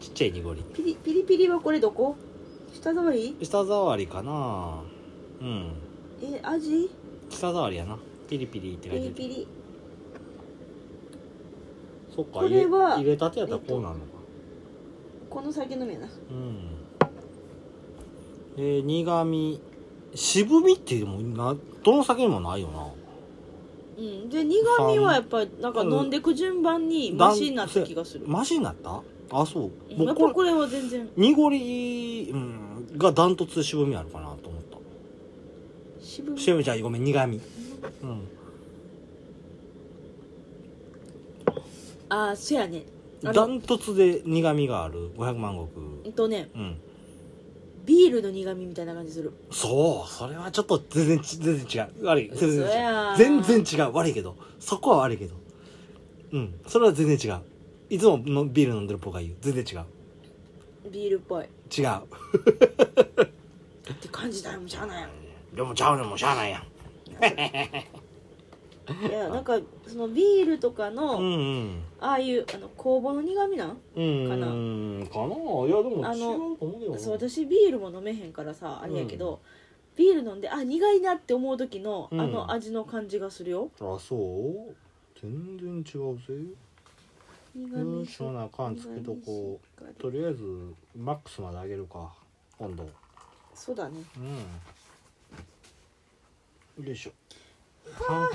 A: ちっちゃい濁り
B: ピリピリピリはこれどこ舌触り
A: 舌触りかなうん
B: え味
A: 舌触りやなピリピリって書
B: ピ
A: いてる
B: リピリ
A: そっか
B: これは
A: 入れ入れたてやったらこうなるのか、
B: この酒飲みやな
A: うんで苦味渋みってでもなどの酒にもないよな
B: うんで苦味はやっぱりなんか飲んでく順番にマシになった気がする
A: マシになったあそう
B: うんや
A: もう
B: っぱ
A: これ
B: これは全然
A: 濁り、うん、がダントツで渋みあるかなと思った
B: 渋み
A: 渋みじゃないごめん苦味うん
B: ああそやねあ
A: ダ
B: の
A: ントツで苦味がある500万
B: え
A: 石
B: っとね
A: うん
B: ビールの苦味みたいな感じする
A: そうそれはちょっと全然ち全然違う悪い全
B: 嘘
A: 然違う
B: やん
A: 全然違う悪いけどそこは悪いけどうんそれは全然違ういつものビール飲んでる僕が言う全然違う
B: ビールっぽい
A: 違う
B: って感じだよもうしゃあないや
A: でもちゃうのもしゃあないやん
B: んいやなんかそのビールとか
A: う
B: の、
A: んうん
B: ああいうあの酵母の苦味なん
A: うん
B: かな
A: かないやでも
B: あの
A: 違うと思うけどな
B: そう私ビールも飲めへんからさあれやけど、ビール飲んであ苦いなって思う時の、
A: うん
B: あの味の感じがするよ
A: あそう全然違うぜ
B: 苦
A: うん
B: 味
A: そんな缶つけとこ
B: 苦味しっかり
A: とりあえずマックスまで上げるか温度
B: そうだね
A: うんよいしょは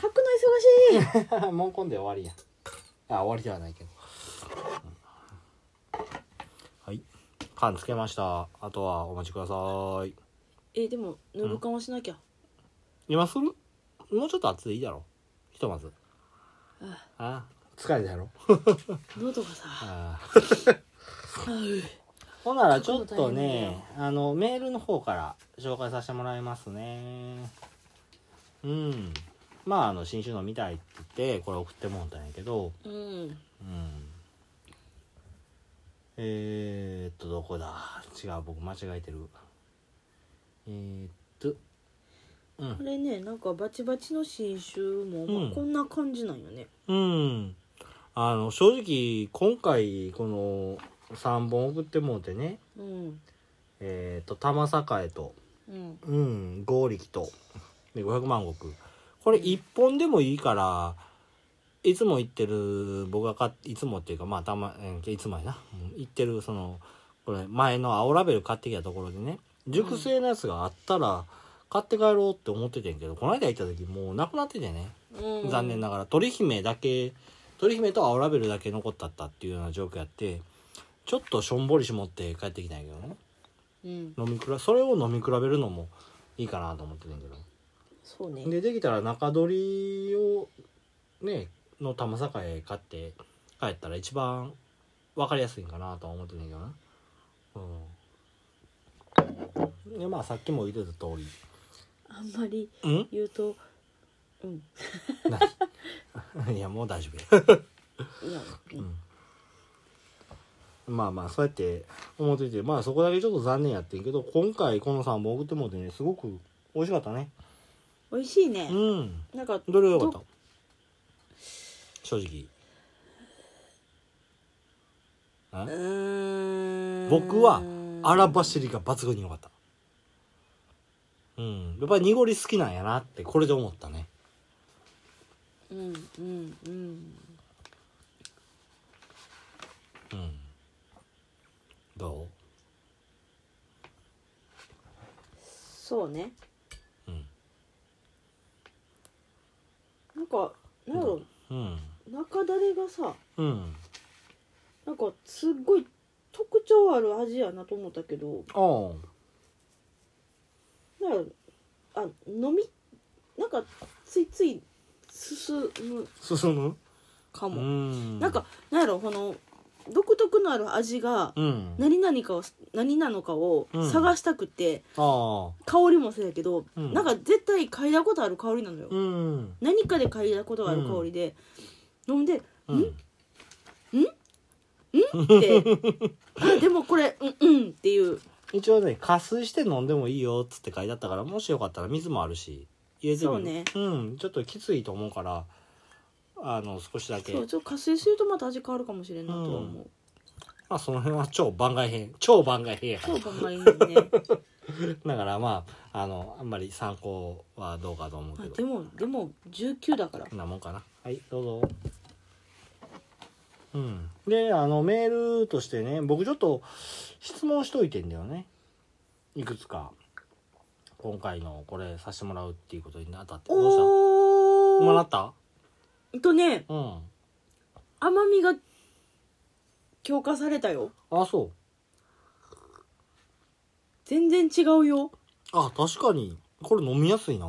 B: 書くの忙し
A: *laughs*
B: い
A: もうこんで終わりやあ終わりではないけど、うんはい缶つけましたあとはお待ちください
B: えでもぬる缶はしなきゃ、
A: 今するもうちょっと熱でいいだろひとまず
B: あ
A: あ疲れたやろ
B: 喉がさ
A: あー
B: あう
A: ほんならちょっと
B: ちょっと大変
A: ね、あの、メールの方から紹介させてもらいますね。うん。まあ、あの、新種のみたいって言って、これ送ってもんたんやけど、
B: うん
A: うん。えー、っと、どこだ違う、僕間違えてる。えー、っと、う
B: こ
A: ん。
B: れねなんかバチバチの新酒も、まあ
A: うん
B: こんな感じなんよね
A: うん。あの、正直、今回、この3本送ってもうてね、
B: うん
A: えー、っと、玉栄と、
B: うん
A: うん合力とで500万石これ1本でもいいからいつも行ってる僕が買っいつもっていうかまあたまえーいつもやなうん行ってるそのこれ前の青ラベル買ってきたところでね熟成のやつがあったら買って帰ろうって思っててんけどこの間行った時もうなくなっててね
B: うん
A: 残念ながら鳥姫だけ鳥姫と青ラベルだけ残ったったっていうような状況やってちょっとしょんぼりし持って帰ってきたんやけどね
B: うん
A: 飲み比べそれを飲み比べるのもいいかなと思ってるんやけ
B: そうね
A: どでできたら中取りをねの玉境へ買って帰ったら一番分かりやすいんかなとは思ってるんやけどなうんでまあさっきも言ってた通り
B: あんまり
A: うん
B: 言うとうん
A: 何 *laughs* いやもう大丈夫や
B: いや、うん
A: まあまあそうやって思っててまあそこだけちょっと残念やってんけど今回この3本送ってもうてねすごく美味しかったね
B: 美味しいね
A: う。ん
B: なんか
A: どれが良かった
B: ど
A: 正直あ
B: うーん
A: 僕は荒走りが抜群に良かったうんやっぱり濁り好きなんやなってこれで思ったね
B: うんうん
A: う
B: うん。
A: んど
B: そうね。
A: ううん
B: なんかなんだろ
A: う
B: う
A: ん
B: 中だれがさ
A: うん
B: なんかすっごい特徴ある味やなと思ったけど
A: ああ
B: なんだろうあ飲みなんかついつい進む
A: 進む
B: か
A: う
B: も。
A: ん
B: なんかなんやろこの独特のある味が
A: うん
B: 何々かを何なのかを
A: うん
B: 探したくて、
A: ああ
B: 香りもそうやけど、
A: うん
B: なんか絶対嗅いだことある香りなのよ、
A: うん
B: 何かで嗅いだことがある香りで、飲ん
A: *laughs*
B: で「
A: うんん
B: って「あでもこれうんうん」っていう
A: 一応ね加水して飲んでもいいよっつって書いてあったからもしよかったら水もあるし入れてみる
B: そうね
A: うんちょっときついと思うからあの少しだけ
B: そうちょっと加水するとまた味変わるかもしれんなとは思
A: ま
B: う、
A: あその辺は超番外編超番外編やから
B: そう考える *laughs* ね
A: だからまああのあんまり参考はどうかと思う
B: まあ
A: け
B: で
A: ど
B: もでも19だから
A: こんなもんかなはいどうぞうんであのメールとしてね僕ちょっと質問しといてんだよねいくつか今回のこれさせてもらうっていうことにあたってどうした
B: お
A: もら
B: ー
A: った
B: えっとね
A: うん
B: 甘みが強化されたよ
A: あそう
B: 全然違うよ
A: あ確かにこれ飲みやすいな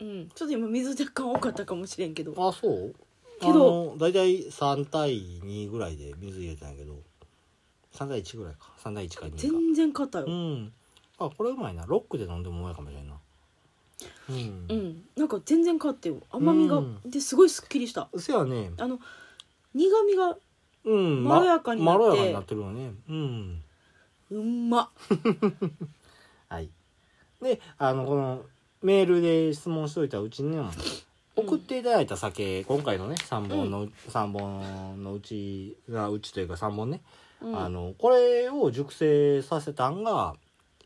B: うんちょっと今水若干多かったかもしれんけど
A: あそう
B: けど
A: あの大体3対2ぐらいで水入れたんやけど3対1ぐらいか3対1か2か
B: 全然硬
A: う
B: よ
A: んあこれうまいなロックで飲んでもうまいかもしれんなうん
B: うん、なんか全然硬よ甘みが、
A: うん
B: ですごいすっきりした
A: せやね
B: あの苦みが
A: うん
B: まろやかにな
A: ま
B: って
A: ろやかになってるよねうん
B: うんま
A: はいであのこのメールで質問しといたうちに送っていただいた酒、今回のね3本の、三本のうちがうちというか3本ね、
B: うん
A: あのこれを熟成させたんが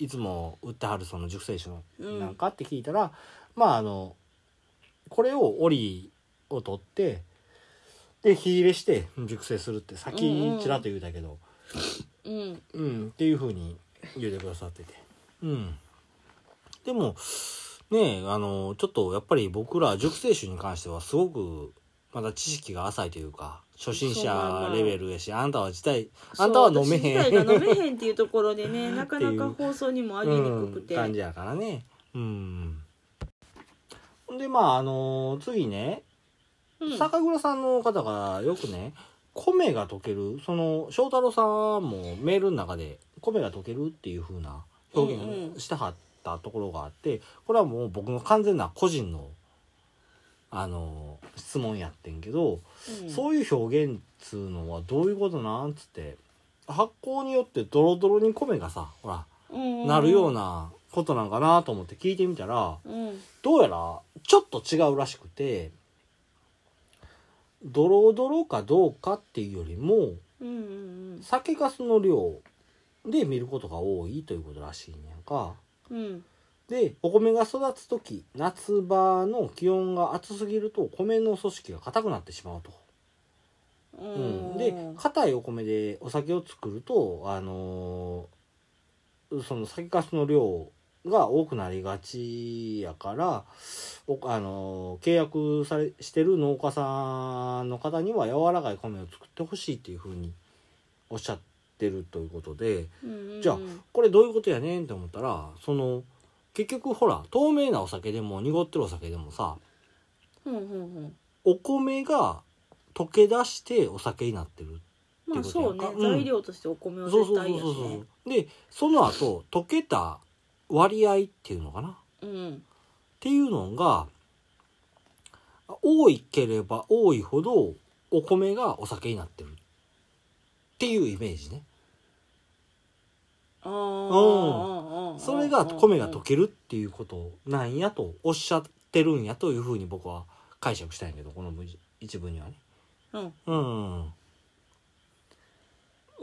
A: いつも売ってはるその熟成酒のなんかって聞いたら、まああのこれを折を取ってで火入れして熟成するって先にちらっと言うたけど、
B: うん
A: うんっていうふうに言うてくださってて。うん、でもねえあのちょっとやっぱり僕ら熟成酒に関してはすごくまだ知識が浅いというか初心者レベルやしあんたは自体あんたは飲めへん
B: そう私自体が飲めへんっていうところ
A: *laughs*
B: でねなかなか放送にもありにくくて、
A: うん、感じやからねうんほんでまああの次ね、
B: うん
A: 酒蔵さんの方がよくね米が溶けるその翔太郎さんもメールの中で米が溶けるっていう風な表
B: うんう
A: 現
B: ん
A: をしてはったところがあって、これはもう僕の完全な個人のあの質問やってんけど、
B: うん
A: そういう表現っつうのはどういうことなんつって発酵によってドロドロに米がさほら
B: うん
A: なるようなことなんかなと思って聞いてみたら
B: うん
A: どうやらちょっと違うらしくてドロドロかどうかっていうよりも
B: うんうん
A: 酒粕の量で見ることが多いということらしいんやんか。
B: うんうん
A: でお米が育つ時夏場の気温が暑すぎると米の組織が硬くなってしまうと。うん、で硬いお米でお酒を作るとあのーその酒粕の量が多くなりがちやからおあのー契約されしてる農家さんの方には柔らかい米を作ってほしいっていうふうにおっしゃってるということで
B: うんうん
A: じゃあこれどういうことやねんって思ったらその結局ほら透明なお酒でも濁ってるお酒でもさ
B: うんうんうん
A: お米が溶け出してお酒になってる
B: まあ
A: っていう
B: そ
A: こと
B: うね
A: やんかうん
B: 材料としてお米は
A: そうそ
B: 絶
A: うそう
B: 対やし
A: そう
B: ね
A: そうでその後溶けた割合っていうのかなっ
B: うん
A: ていうのが多いければ多いほどお米がお酒になってるっていうイメージね
B: あ
A: うん
B: ーあーあーあー
A: それが米が溶けるっていうことなんやとおっしゃっってるんやというふうに僕は解釈したんやけどこの文字一文にはね。
B: うん
A: うん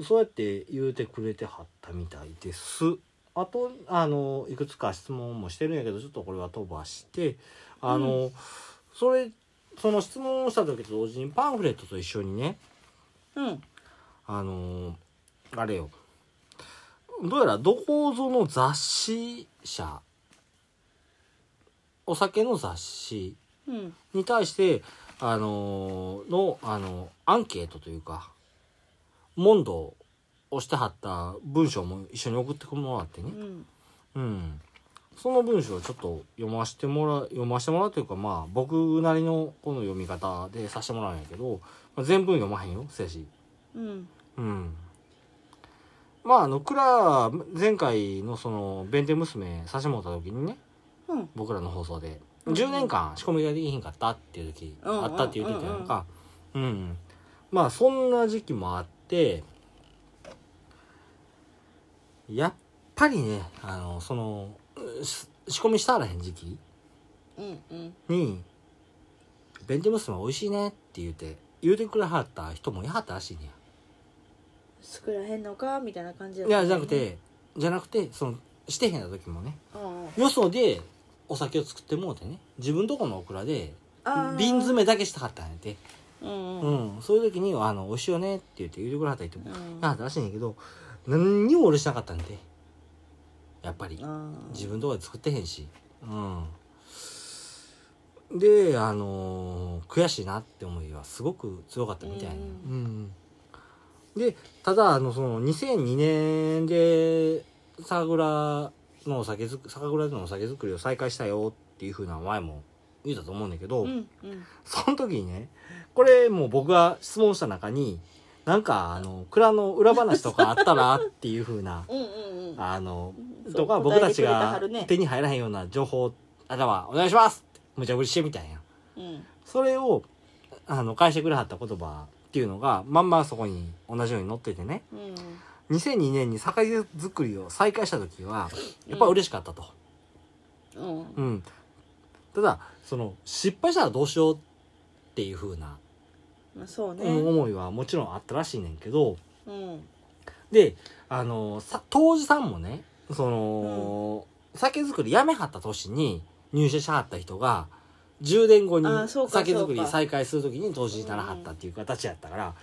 A: そうやって言うてくれてはったみたいです。あとあのいくつか質問もしてるんやけどちょっとこれは飛ばしてあの、それその質問をした時と同時にパンフレットと一緒にね
B: うん
A: あのあれよどうやらどこぞの雑誌社お酒の雑誌
B: うん
A: に対して、あのーの、あのアンケートというか、問答をしてはった文章も一緒に送ってもらって
B: う
A: ね。
B: ん
A: うん。その文章をちょっと読ましてもら、読ましてもらうというか、まあ、僕なりのこの読み方でさせてもらうんやけど、まあ全文読まへんよ、せやし。
B: うん
A: うん。まあ、あの、クラ、前回のその、弁天娘差しもった時にね、
B: うん
A: 僕らの放送で、
B: うん
A: 10年間仕込みができひんかったっていう時、
B: うんうん
A: あったって言うてたやんか、うんまあそんな時期もあってやっぱりねあのそのうし仕込みしたらへん時期
B: うんうん
A: に「弁天娘美味しいね」って言うて言うてくれはった人もいはったらしいね
B: 作らへんのかみたいな感じだ
A: んいやじゃなくてじゃなくてそのしてへんな時もね
B: うんうん
A: よそでお酒を作ってもうてね自分とこのオクラで
B: あー
A: 瓶詰めだけしたかったんやて
B: うんうん
A: うん、そういう時に「あのおいしいよね」って言って言うてくれはったりと
B: う
A: か
B: ん
A: あったらしいんやけど何にも俺しなかったんでやっぱり
B: あ
A: 自分とかで作ってへんしうんであのー悔しいなって思いはすごく強かったみたいな、う
B: う
A: んでただあのその2002年で酒蔵のお酒づく酒蔵でのお酒作りを再開したよっていうふうな前も言うたと思うんだけど、
B: ーうんうん、
A: その時にね、これもう僕が質問した中に、なんかあの、蔵の裏話とかあったらっていう風な
B: *laughs* うんうんうん
A: あの、
B: そう
A: とか僕
B: 答
A: た
B: えて
A: ち
B: くれたは
A: が
B: るね
A: 手に入らへんような情報、あらはお願いしますって無茶ぶりしてみたいな。
B: うん
A: それを、あの、返してくれはった言葉っていうのが、まんまそこに同じように載っててね、
B: うん
A: 2002年に酒造りを再開した時は、やっぱ嬉しかったと。
B: うん
A: うん、ただその失敗したらどうしようっていう風な
B: まあそうね
A: うん思いはもちろんあったらしいねんけど
B: うん
A: であのさ当時さんもねその、酒造りやめはった年に入社しはった人が10年後に
B: あそうか
A: 酒造
B: そう
A: り
B: か
A: 再開する時に当時にならはったっていう形やったから、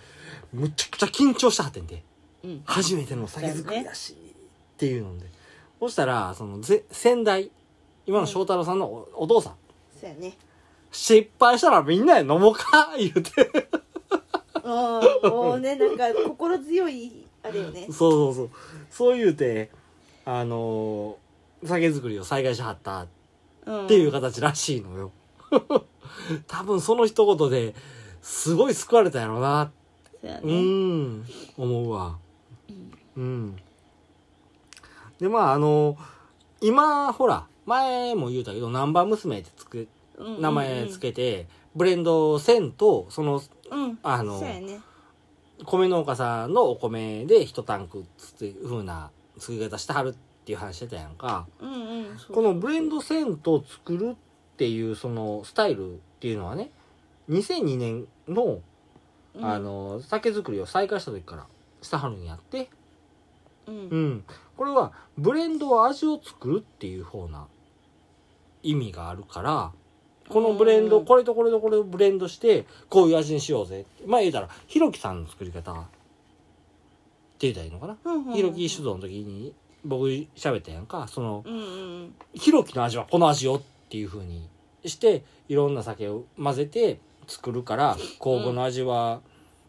A: むちゃくちゃ緊張してはってんで
B: うん
A: 初めての酒造りだしっていうので、そしたらそのぜ先代今の翔太郎さんのおお父さん
B: そうやね
A: 失敗したらみんなで飲もうか言うて。
B: うんもうねなんか心強いあれよ
A: *laughs*
B: ね
A: そうそうそう。そう言うて、あのー酒造りを再開しはったっ
B: って
A: いう形らしいのよ。 *laughs* 多分その一言で、すごい救われたやろうな。
B: そうや
A: う
B: ね
A: ん、思うわ。
B: う
A: う
B: ん
A: ん。で、まあ、あの今、ほら、前も言うたけど、ナンバー娘ってつく、
B: うん
A: 名前つけて、ブレンド1000と、その、
B: うん
A: あの
B: そうやね
A: 米農家さんのお米で一タンクっていう風な作り方してはるっていう話してたやんか
B: うんうんそう
A: このブレンドセントを作るっていうそのスタイルっていうのはね2002年の
B: うん
A: あの酒造りを再開した時からしてはるんやって
B: うん
A: うんこれはブレンドは味を作るっていう方な意味があるからこのブレンド
B: うん
A: これとこれとこれをブレンドしてこういう味にしようぜまあ言うたらひろきさんの作り方って言うたらいいのかな
B: うんうんうん
A: ひろき酒造の時に僕喋ったやんかその
B: うんうん
A: ひろきの味はこの味よっていう風にしていろんな酒を混ぜて作るから酵母の味は、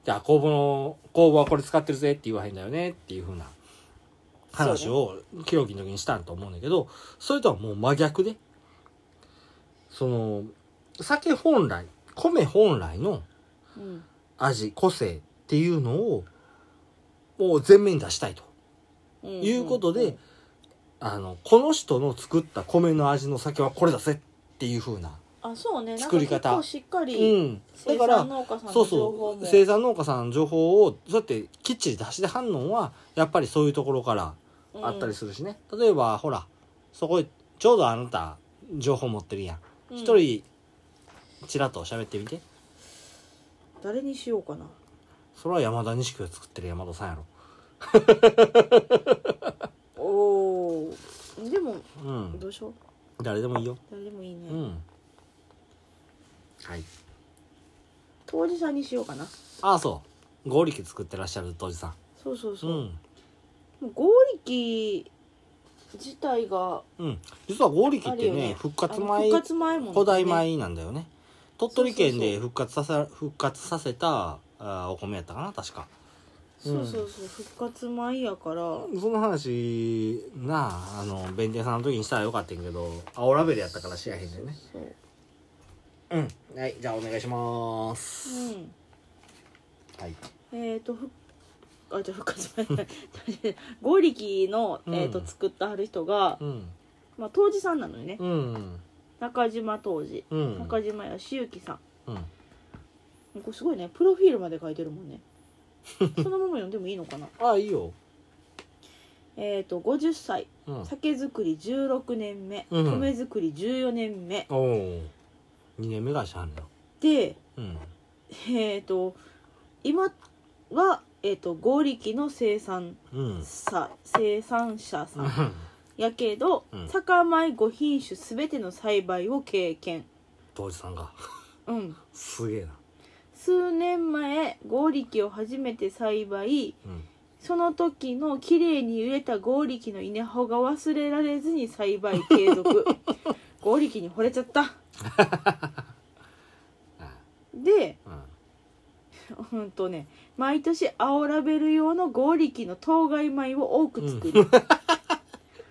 A: じゃあ酵母の酵母はこれ使ってるぜって言わへんだよねっていう風な話をひろきの時にしたんと思うんだけどそれとはもう真逆でその酒本来米本来の
B: うん
A: 味個性っていうのをもう全面に出したいと。
B: うん
A: いうことで、あのこの人の作った米の味の酒はこれだぜっていう風な、
B: あそうね
A: 作り方
B: なんか結構しっか
A: う
B: り
A: ん、だ
B: 生
A: か
B: 産
A: ら
B: 農家さん
A: そ
B: の
A: う
B: 情報
A: そ
B: も
A: う生産農家さんの情報をそうやってきっちり出してはんのはやっぱりそういうところからあったりするしね、例えばほらそこへちょうどあなた情報持ってるやん
B: ううん
A: 一人ちらっと喋ってみて
B: 誰にしようかな
A: それは山田錦が作ってる山田さんやろ
B: おーでも
A: うん
B: どうしよう
A: 誰でもいいよ
B: 誰でもいいね、
A: うんはい
B: 当事者にしようかな
A: ああそう合力作ってらっしゃる当時さん
B: そうそうそうう、
A: ん
B: もう合力自体が
A: うん実は合力って
B: あるよ
A: ね
B: ね
A: 復活
B: あの
A: 米
B: 復活前もんね
A: 古代米なんだよね鳥取県
B: そうそう
A: で
B: そう
A: 復活させ復活させたあーお米やったかな確か
B: そうそうそう復活前やから
A: その話なああの弁天さんの時にしたらよかったんやけど青ラベルやったからしやへんでね
B: そう
A: うんはいじゃあお願いします
B: うん
A: はい
B: えっ、ー、とふあじゃあ復活 *laughs* 前じゃない合力の、
A: うん
B: えー、と作ったある人が、
A: うん
B: まあ、当時さんなのよね、
A: うん
B: 中島当時、
A: うん
B: 中島やしゆきさん
A: うん
B: もうこれすごいねプロフィールまで書いてる
A: *laughs*
B: もんねそのまま読んでもいいのかな
A: ああいいよ
B: えっ、ー、と50歳
A: うん
B: 酒造り16年目、
A: うん
B: 米作り14年目
A: おお2年目がしはんのよ
B: で
A: うん
B: えっ、ー、と今は、えー、と合力の生産
A: うん
B: さ生産者さん *laughs* やけど、
A: うん
B: 酒米5品種全ての栽培を経験
A: 当時さんが
B: うん
A: すげえな
B: 数年前合力を初めて栽培
A: うん
B: その時の綺麗に揺れた合力の稲穂が忘れられずに栽培継
A: *laughs*
B: 続合力に惚れちゃった
A: あ
B: で
A: *laughs* うん
B: うんとね毎年青ラベル用の合力の当該米を多く作り、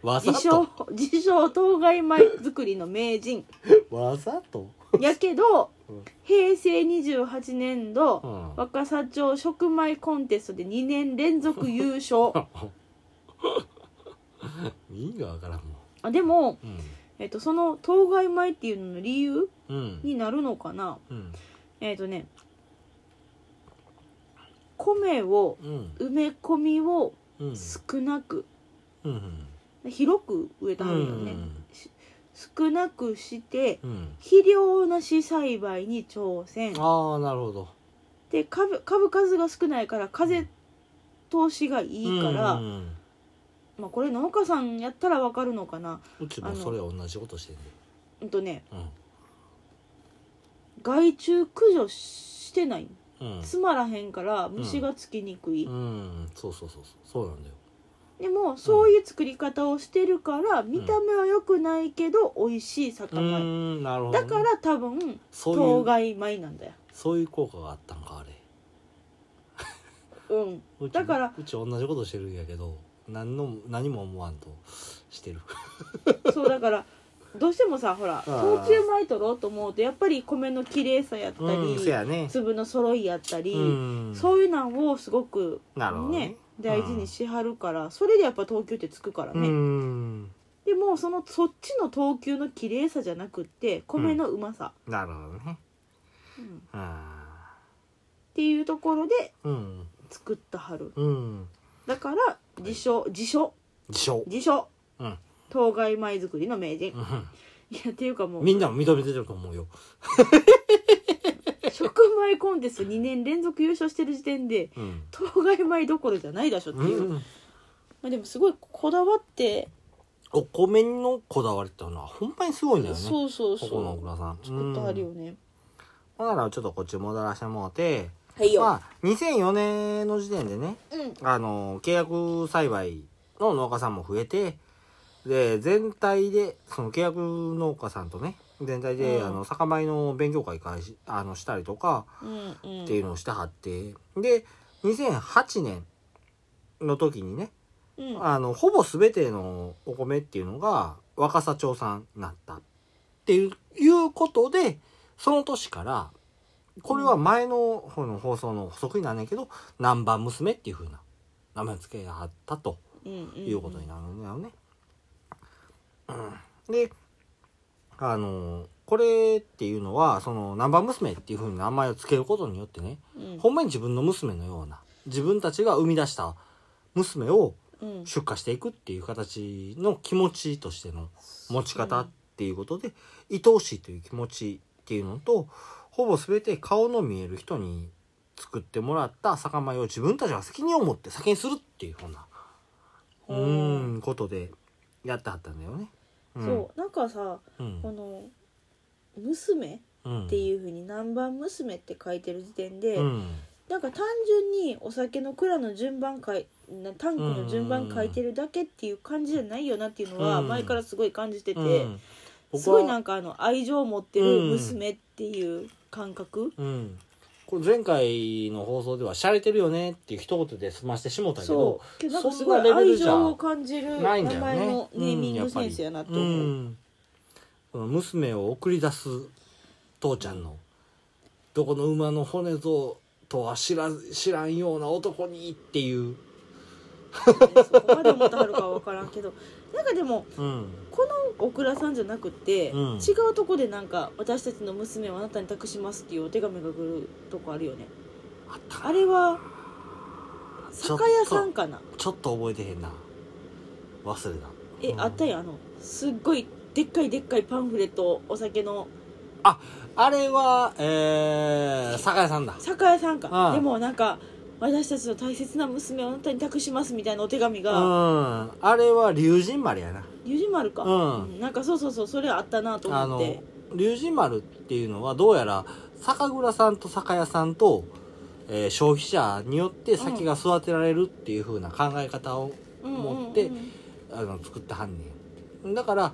A: わざ
B: 自
A: と *laughs*
B: 称自称当該米作りの名人
A: わざと
B: やけど
A: うん
B: 平成28年度、
A: うん
B: 若狭町食米コンテストで2年連続優勝
A: 意味がわからんも
B: あでも、
A: ん
B: えっとその当該米っていうのの理由
A: うんうん
B: になるのかな
A: うん
B: えっとね米を
A: うん
B: 埋め込みを
A: うん
B: 少なく、
A: うん
B: 広く植えたはるよね、
A: うん
B: し少なくして
A: うん
B: 肥料なし栽培に挑戦
A: ああなるほど
B: で株株数が少ないから風通しがいいから、
A: うんうん
B: まあ、これ農家さんやったらわかるのかな
A: うんうちもそれ同じことしてんね
B: うんとね
A: うん
B: 害虫駆除してない
A: うん
B: つまらへんから虫がつきにくい、
A: うんそうそうそうそうそうなんだよ
B: でもそういう作り方をしてるから見た目は良くないけど美味しい酒
A: う
B: 米、
A: んなるほど
B: だ
A: ね
B: から多分
A: そうい
B: 当
A: う
B: 該米なんだよ
A: そういう効果があったんかあれ
B: うん
A: うち
B: だから
A: うち同じことしてるんやけど何の何も思わんとしてる
B: そうだからどうしてもさほら
A: ー
B: 東中米取ろうと思うとやっぱり米の綺麗さやったり、
A: うんせやね
B: 粒の揃いやったり、
A: うん
B: そういうのをすごく
A: なるほどね
B: ね大事にしはるから、それでやっぱ東急ってつくからね、
A: うん
B: でもそのそっちの等級の綺麗さじゃなくって米のうまさ、
A: なるほどね
B: うんっ
A: あ
B: ていうところで
A: ーうん
B: 作ったはる
A: うん
B: だから自称自称
A: 自称
B: 自称
A: うん
B: 当該米作りの名人、
A: うん
B: いやっていうかもう
A: みんなも認めてると思うよ
B: 食米コンテスト2年連続優勝してる時点で
A: うん
B: 当該米どころじゃないでしょって
A: う
B: いう、ま
A: ん
B: あ、でもすごいこだわって、
A: お米のこだわりってのはほんまにすごいんだよね
B: そうそう
A: ここの小
B: そう
A: 倉さん
B: 作ったはるよね、
A: うんほんならちょっとこっち戻らせてもらって
B: はいよ、
A: まあ2004年の時点でね
B: うん
A: あの契約栽培の農家さんも増えてで全体でその契約農家さんとね全体で、
B: うん
A: あの酒米の勉強会開始あのしたりとか
B: うんうん
A: っていうのをしてはって、で2008年の時にね
B: うん
A: あのほぼ全てのお米っていうのが若狭町産になったっていういうことでその年からこれは前の方の放送の補足になんねんけど「南蛮娘」っていうふうな名前付けがあったと
B: うんうん
A: いうことになるんだよね。うん、であのこれっていうのはその南蛮娘っていうふうに名前を付けることによってね
B: うん
A: ほんまに自分の娘のような自分たちが生み出した娘を
B: うん
A: 出荷していくっていう形の気持ちとしての持ち方っっていうことで愛おしいという気持ちっていうのとほぼ全て顔の見える人に作ってもらった酒米を自分たちが責任を持って酒にするっていうふうなう
B: うん
A: ことでやってはったんだよね。ん
B: そうなんかさ
A: うん
B: この「娘」
A: うん
B: っていうふうに「南蛮娘」って書いてる時点で、
A: うん
B: なんか単純にお酒の蔵の順番かいなタンクの順番書いてるだけっていう感じじゃないよなっていうのは
A: うん
B: 前からすごい感じてて、
A: うん
B: すご
A: 僕
B: い
A: は
B: なんかあの愛情を持ってる娘っていう感覚、
A: うん、これ前回の放送では「しゃれてるよね」っていう一言で済ましてしもたけ
B: そ
A: ど
B: うけどなんかす
A: そん
B: ご
A: ないレベ
B: 愛
A: ルじゃ
B: 情を感じる名
A: な
B: 前
A: いんだよね
B: のネーミングセンスやなと思う、
A: うんこの娘を送り出す父ちゃんの「どこの馬の骨ぞとは知ら知らんような男に」っていう、
B: そこまで思ってはるかは分からんけど *laughs* なんかでも
A: うん、
B: このオクラさんじゃなくて、
A: うん
B: 違うとこでなんか私たちの娘をあなたに託しますっていうお手紙が来るとこあるよね
A: あったか
B: あれは
A: ちょっ
B: 酒
A: と
B: 屋さんかな
A: ちょっと覚えてへんな忘れた
B: え、
A: うん
B: あったやんあのすっごいでっかいでっかいパンフレットお酒の
A: あれはえー、酒屋さんだ
B: 酒屋さんか、
A: うん
B: でもなんか私たちの大切な娘をあなたに託しますみたいなお手紙
A: う
B: が
A: んあれは龍神丸やな
B: ゆじ丸か、
A: うん
B: なんかそうそうそうそれあったなと
A: あ
B: 思っ
A: の
B: て
A: 龍神丸っていうのはどうやら酒蔵さんと酒屋さんと、えー消費者によって酒が育てられるっていう風な考え方を、
B: うんうんうん
A: 持ってあの作ってはんねんだから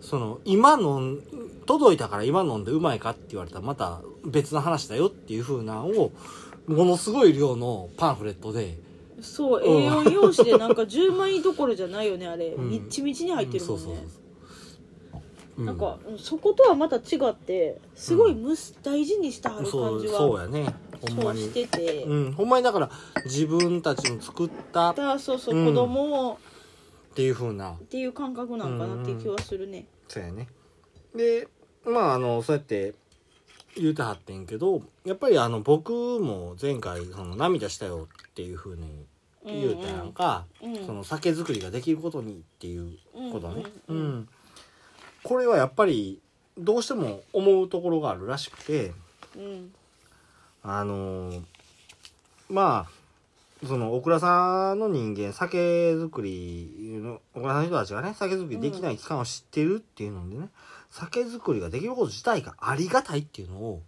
A: その今飲ん届いたから今飲んでうまいかって言われたらまた別の話だよっていう風なのをものすごい量のパンフレットで
B: そう
A: うん
B: A4 用紙でなんか10枚どころじゃないよねあれ、
A: うん
B: みっちみちに入ってるもんね、
A: うんそうそうそうそう
B: なんかうんそことはまた違ってすごいむす、大事にしては
A: うん
B: る
A: そ
B: 感
A: う
B: じ
A: そう
B: は
A: やねほんま
B: そう
A: に
B: してて、
A: うん、ほんまにだから自分たちの作ったっ
B: だからそうそう、
A: うん
B: 子供を
A: ていう風な
B: っていう感覚なんかなっていう気はするね、
A: そうやねでまああのそうやって言うてはってんけどやっぱりあの僕も前回その涙したよっていう風に
B: うん
A: 言うたやんか、
B: うんうん
A: その酒造りができることにっていうことね、
B: う
A: うんん
B: うんうん
A: これはやっぱりどうしても思うところがあるらしくて
B: うん
A: あのーまあその小倉さんの人間酒造りの小倉さんの人たちがね酒造りできない期間を知ってるっていうのでね、酒造りができること自体がありがたいっていうのを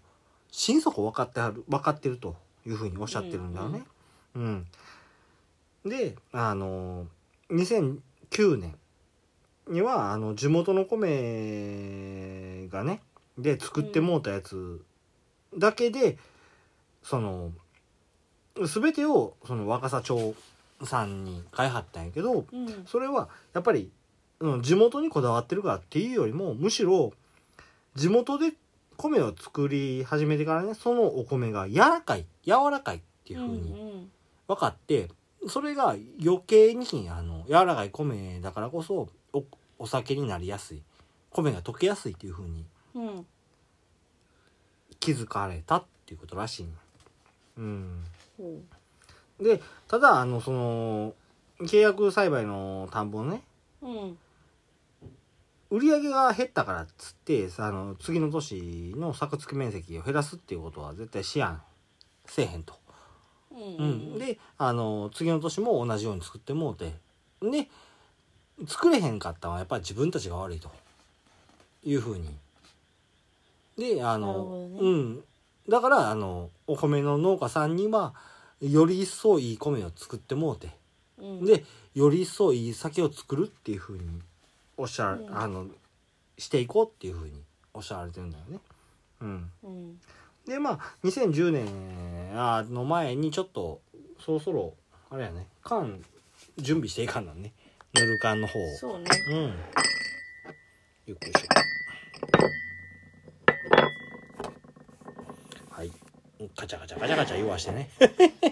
A: 心底分かってはる分かってるというふうにおっしゃってるんだよね。うん、であのー2009年にはあの地元の米がねで作ってもうたやつだけで、その全てをその若狭町さんに買いはったんやけど
B: うん
A: それはやっぱり、うん、地元にこだわってるからっていうよりもむしろ地元で米を作り始めてからねそのお米が柔らかい柔らかいっていう風に
B: うん
A: 分かってそれが余計にあの柔らかい米だからこそおお酒になりやすい米が溶けやすいっていう風に
B: うんうん
A: 気づかれたっていうことらしいねうん
B: そう
A: でただあのその契約栽培の田んぼのね
B: うん
A: 売り上げが減ったからっつってあの次の年の作付面積を減らすっていうことは絶対しやんせえへんと、
B: うん
A: うんであの次の年も同じように作ってもうてで作れへんかったのはやっぱり自分たちが悪いというふうにであ
B: なる
A: の
B: ほ、どね
A: うんだからあのお米の農家さんにはより一層いい米を作ってもうて
B: うん
A: でより一層いい酒を作るっていうふうにおっしゃ、
B: うん
A: あのしていこうっていうふうにおっしゃられてるんだよね。うん、
B: うん
A: でまあ2010年あの前にちょっとそろそろあれやね缶準備していかんなんねぬる缶の方を。
B: そうね
A: うん。ゆっくりして。はい。ガチャガチャガチャガチャ言わしてね。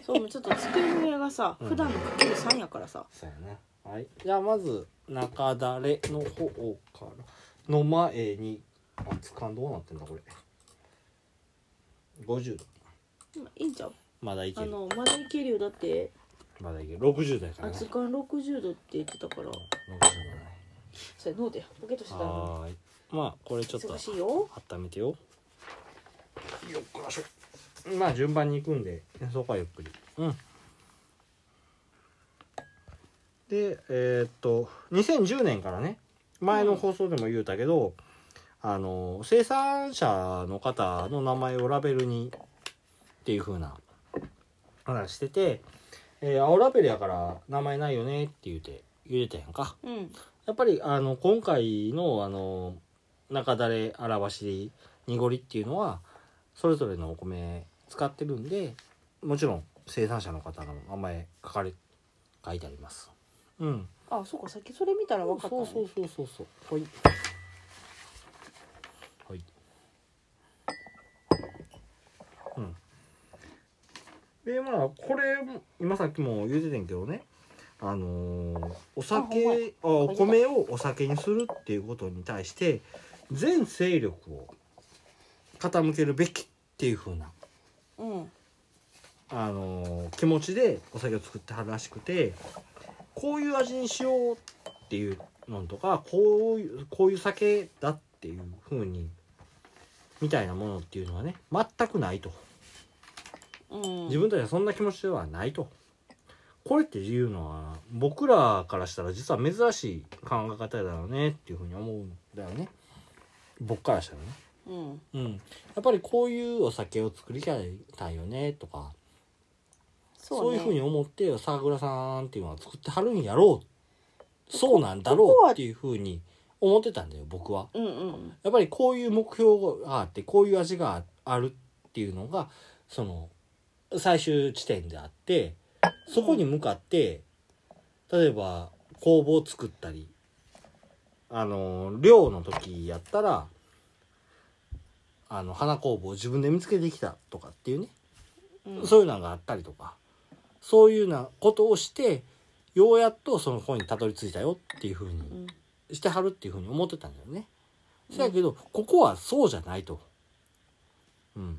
B: そうちょっと机の上がさ
A: うん
B: 普段のかける3やからさ
A: そうやな。はい。じゃあまず中だれの方からの前にあつかんどうなってんだこれ。50度。
B: まあいいんちゃう
A: まだいけ
B: あ
A: る。
B: のまだいけるよだって
A: まだいける。60度やからね。
B: 熱感60度って言ってたから
A: 60度だね。
B: それノートやポケットしてたら
A: はーいまあこれちょっと
B: 忙しいよ
A: 温めてよよっこらしょまあ順番に行くんでそこはゆっくりうんでえーっと2010年からね前の放送でも言うたけど、あの生産者の方の名前をラベルにっていう風な話してて、えー青ラベルやから名前ないよねって言うて言うてたやんか、
B: うん
A: やっぱりあの今回のあの中だれ表し濁りっていうのはそれぞれのお米使ってるんでもちろん生産者の方の名前書かれ書いてあります。うん。
B: あそうかさっきそれ見たら分かった、
A: そ
B: ね、
A: うそうそうそうそう。ほい。ほい。うん。でまあこれも今さっきも言うててんけどねあのーお
B: あほんま
A: 酒
B: や
A: あお米をお酒にするっていうことに対して全勢力を傾けるべきっていう風な
B: うん
A: あのー気持ちでお酒を作ってはるらしくてこういう味にしようっていうのとかこういうこういう酒だっていう風にみたいなものっていうのはね全くないと
B: うん
A: 自分たちはそんな気持ちではないとこれっていうのは僕らからしたら実は珍しい考え方だよねっていう風に思うんだよね僕からしたらね。
B: うん
A: うん、やっぱりこういうお酒を作りたいよねとかそう,、
B: ね
A: いうふうに思って沢倉さんっていうのは作ってはるんやろうそうなんだ
B: ここ
A: ろう
B: は
A: っていうふうに思ってたんだよ僕は。
B: うんうん
A: やっぱりこういう目標があってこういう味があるっていうのがその最終地点であってそこに向かって例えば工房を作ったりあの漁の時やったらあの花工房を自分で見つけてきたとかっていうね
B: うん
A: そういうのがあったりとか、そういうようなことをして、ようやっとその方にたどり着いたよっていうふう
B: う
A: に
B: ん
A: してはるっていうふうに思ってたんだよね。そやけど、ここはそうじゃないと。うん。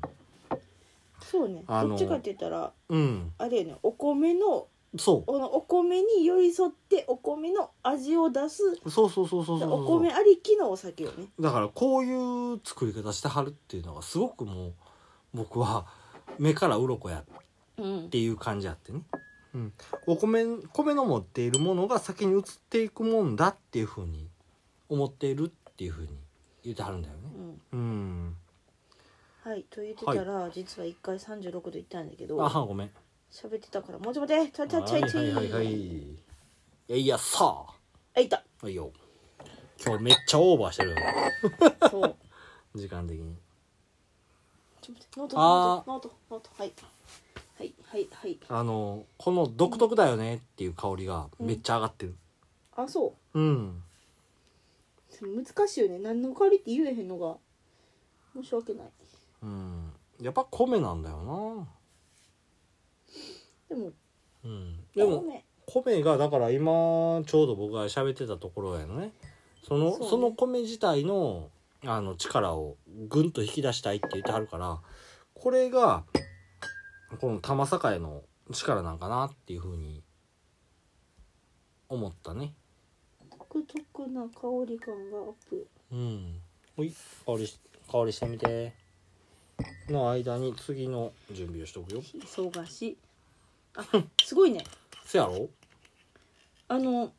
B: そうね
A: あの
B: どっちかって言ったら
A: うん。
B: あれやねお米の
A: そ
B: このお米に寄り添ってお米の味を出す
A: う。そうそうそうそうそうそう。
B: お米ありきのお酒よね
A: だからこういう作り方してはるっていうのがすごくもう、僕は目から鱗や
B: うん
A: っていう感じあってね、うん、お米米の持っているものが先に移っていくもんだっていうふうに思っているっていうふうに言ってはるんだよね。うん、
B: はいと言ってたら、実は一回36度行ったんだけど
A: あはごめん。
B: 喋ってたからもうちょっと待ってちょいちょいちょ
A: はいい
B: ちょ
A: はいいはいはい。いやいやさ
B: あいた
A: あ、はいよ。今日めっちゃオーバーしてるよね *laughs*
B: そう
A: 時間的に。
B: ちょっと待ってノー
A: あ
B: トノートノートノートはいはいはいはい
A: あのこの独特だよねっていう香りがめっちゃ上がってる。
B: あそう
A: うん。
B: 難しいよね何の香りって言えへんのが申し訳ない
A: うん。やっぱ米なんだよ
B: でも
A: な。うん。でも
B: 米
A: 米がだから今ちょうど僕が喋ってたところやのねその
B: そう
A: そ
B: ね
A: の米自体のあの力をぐんと引き出したいって言ってはるからこれがこの玉栄の力なんかなっていうふうに思ったね
B: 独特な香り感がアップ
A: うんほい香りし香りしてみての間に次の準備をしとくよ
B: 忙しいあすごいね
A: せやろ
B: あの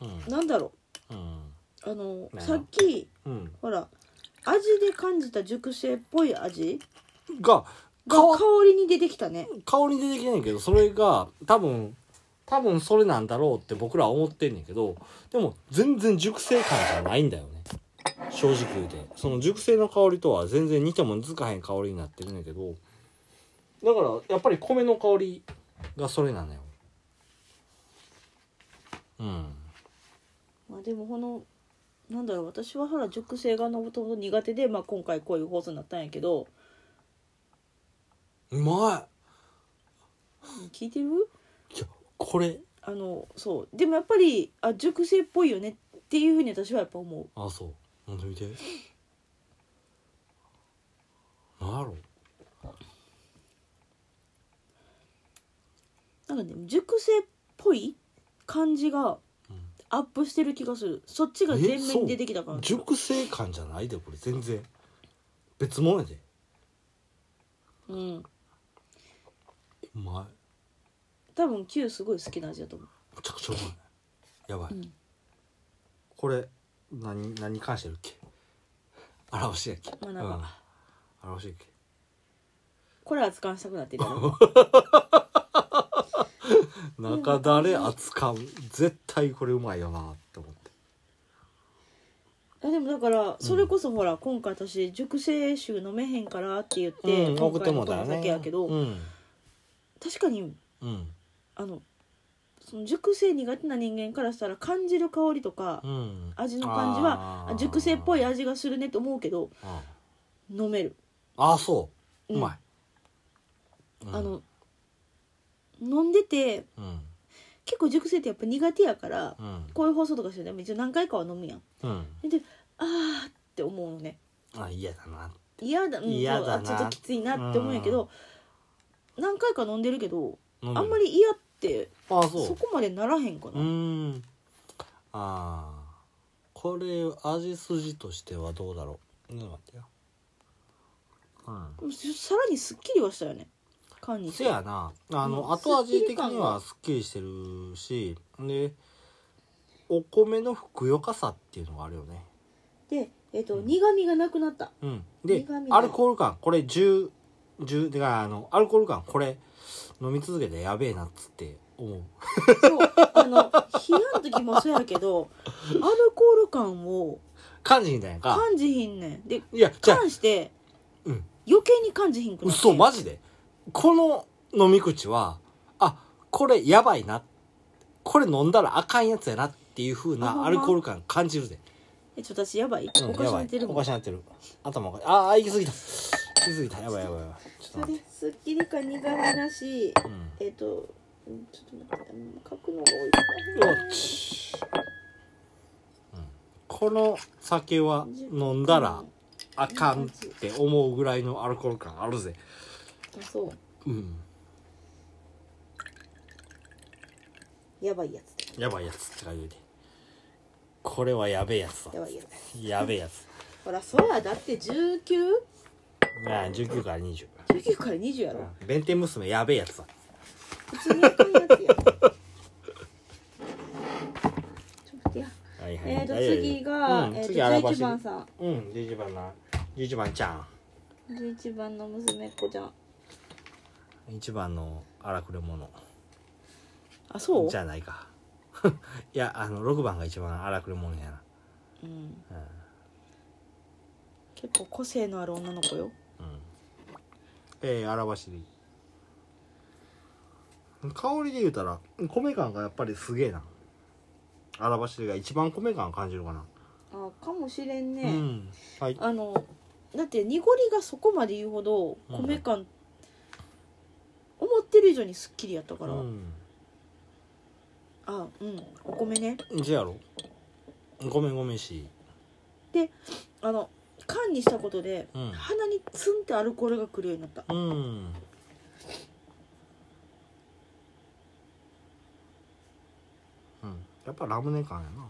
A: うん
B: なんだろ
A: うん
B: うあの
A: なんや
B: さっき
A: うん
B: ほら味で感じた熟成っぽい味
A: が
B: が
A: 香
B: 香りに出てきたね
A: 顔に出てきてんねんけどそれが多分多分それなんだろうって僕らは思ってんねんけどでも全然熟成感じゃないんだよね正直言うてその熟成の香りとは全然似ても似つかへん香りになってるんだけどだからやっぱり米の香りがそれなのようん
B: まあでもこのなんだろう私はほら熟成がもともと苦手で、まあ、今回こういう放送になったんやけど
A: うま
B: 聞いてる
A: いいやこれ
B: あのそうでもやっぱりあ熟成っぽいよねっていうふうに私はやっぱ思う
A: あそう飲んでみてなんやろ
B: なんかね熟成っぽい感じ
A: う
B: が
A: ん
B: アップしてる気がするそっちが前面に出てきたから
A: 熟成感じゃないでこれ全然別物やで
B: うん
A: うま
B: 多分 Q すごい好きな味だと思う
A: いむちゃくちゃうまいやばい、
B: うん
A: これ何何に関してるっけ表しやっけ
B: まあなんか
A: うん、表しやっけ
B: これ扱わしたくなってるよ
A: 中だれ扱う絶対これうまいよなって思って
B: あでもだからそれこそほら、今回私熟成酒飲めへんからって言って、
A: うん、
B: 今
A: 送って
B: 回
A: も
B: の
A: うたよ
B: 分
A: ね
B: だけやけど、
A: うん
B: 確かに
A: うん
B: あのその熟成苦手な人間からしたら感じる香りとか、
A: うん
B: 味の感じはあ熟成っぽい味がするねと思うけど
A: あ
B: 飲める、
A: あーそう
B: うん
A: うまい、うん
B: あの飲んでて
A: うん
B: 結構熟成ってやっぱ苦手やから、
A: うん
B: こういう放送とかしてでも一応何回かは飲むやん
A: うん
B: であーって思うのね
A: あ嫌だな
B: 嫌だ,、うん、
A: 嫌だな
B: そうあちょっときついなって思うんやけど、何回か飲んでるけど、
A: 飲む
B: あんまり嫌って
A: ああ
B: そ
A: そう
B: こまでならへんか
A: う
B: な、
A: ーんああこれ味筋としてはどうだろうちょっと待ってようん
B: さらにすっきりはしたよね缶にして
A: せやなあの、
B: うん
A: 後味的にはすっきりしてるしでお米のふくよかさっていうのがあるよね
B: で、えっと苦味がなくなった
A: うんで
B: 苦味が
A: アルコール感これ1010てかあのアルコール感これ飲み続けてやべえなっつって思う
B: そう
A: *laughs*
B: あの冷やの時もそうやけどアルコール感を
A: 感じひんだやんか
B: 感じひんねんで
A: いやじゃあ
B: 感して
A: うん
B: 余計に感じひんくなって
A: 嘘マジでこの飲み口はあこれやばいなこれ飲んだらあかんやつやなっていう風
B: あほん
A: な
B: ま
A: アルコール感感じるで
B: えちょっと私やば
A: う
B: い
A: ん
B: おかしなって
A: や
B: る
A: ばいお
B: も
A: か
B: ん
A: しなってる頭おかああ行き過ぎた行き過ぎたやばいやばいやばいちょっと
B: そ
A: 待っ
B: れ
A: て
B: すっきりか苦味なし
A: うん
B: えっとうんちょっと待ってうん書くのが
A: よっちうんこの酒は飲んだらあかんって思うぐらいのアルコール感あるぜ
B: 多いあそ
A: うん
B: うやばいやつ
A: やばいやつって感じでこれはやべえやつ
B: や
A: だ
B: ばいやつ
A: やべえやつ
B: ほらそうやだって 19?19
A: ああ19から20
B: から20やろ
A: 弁天娘やべえやつだ
B: 普通にあかんやつやちょっと待ってや
A: はいはい
B: えーと
A: 大丈夫
B: 次が、
A: うん
B: えー、と
A: 次荒走
B: 11
A: り
B: 番さん
A: うん11番な11番ちゃん
B: 11番の娘っ子ちゃん
A: 1番の荒くれ者
B: あそう
A: じゃないか *laughs* いやあの6番が一番荒くれ者やな
B: うん、結構個性のある女の子よ
A: えー、荒走り香りで言うたら米感がやっぱりすげえな荒走りが一番米感感じるかな、
B: あかもしれんね、
A: うんはい
B: あのだって濁りがそこまで言うほど
A: うん
B: 米感、思ってる以上にすっきりやったか
A: う
B: ら、
A: ん
B: あうんお米ね
A: じゃやろごめんごめんし
B: あの缶にしたことで、
A: うん
B: 鼻にツンってアルコールがくるようになった
A: うんうんやっぱラムネ感やな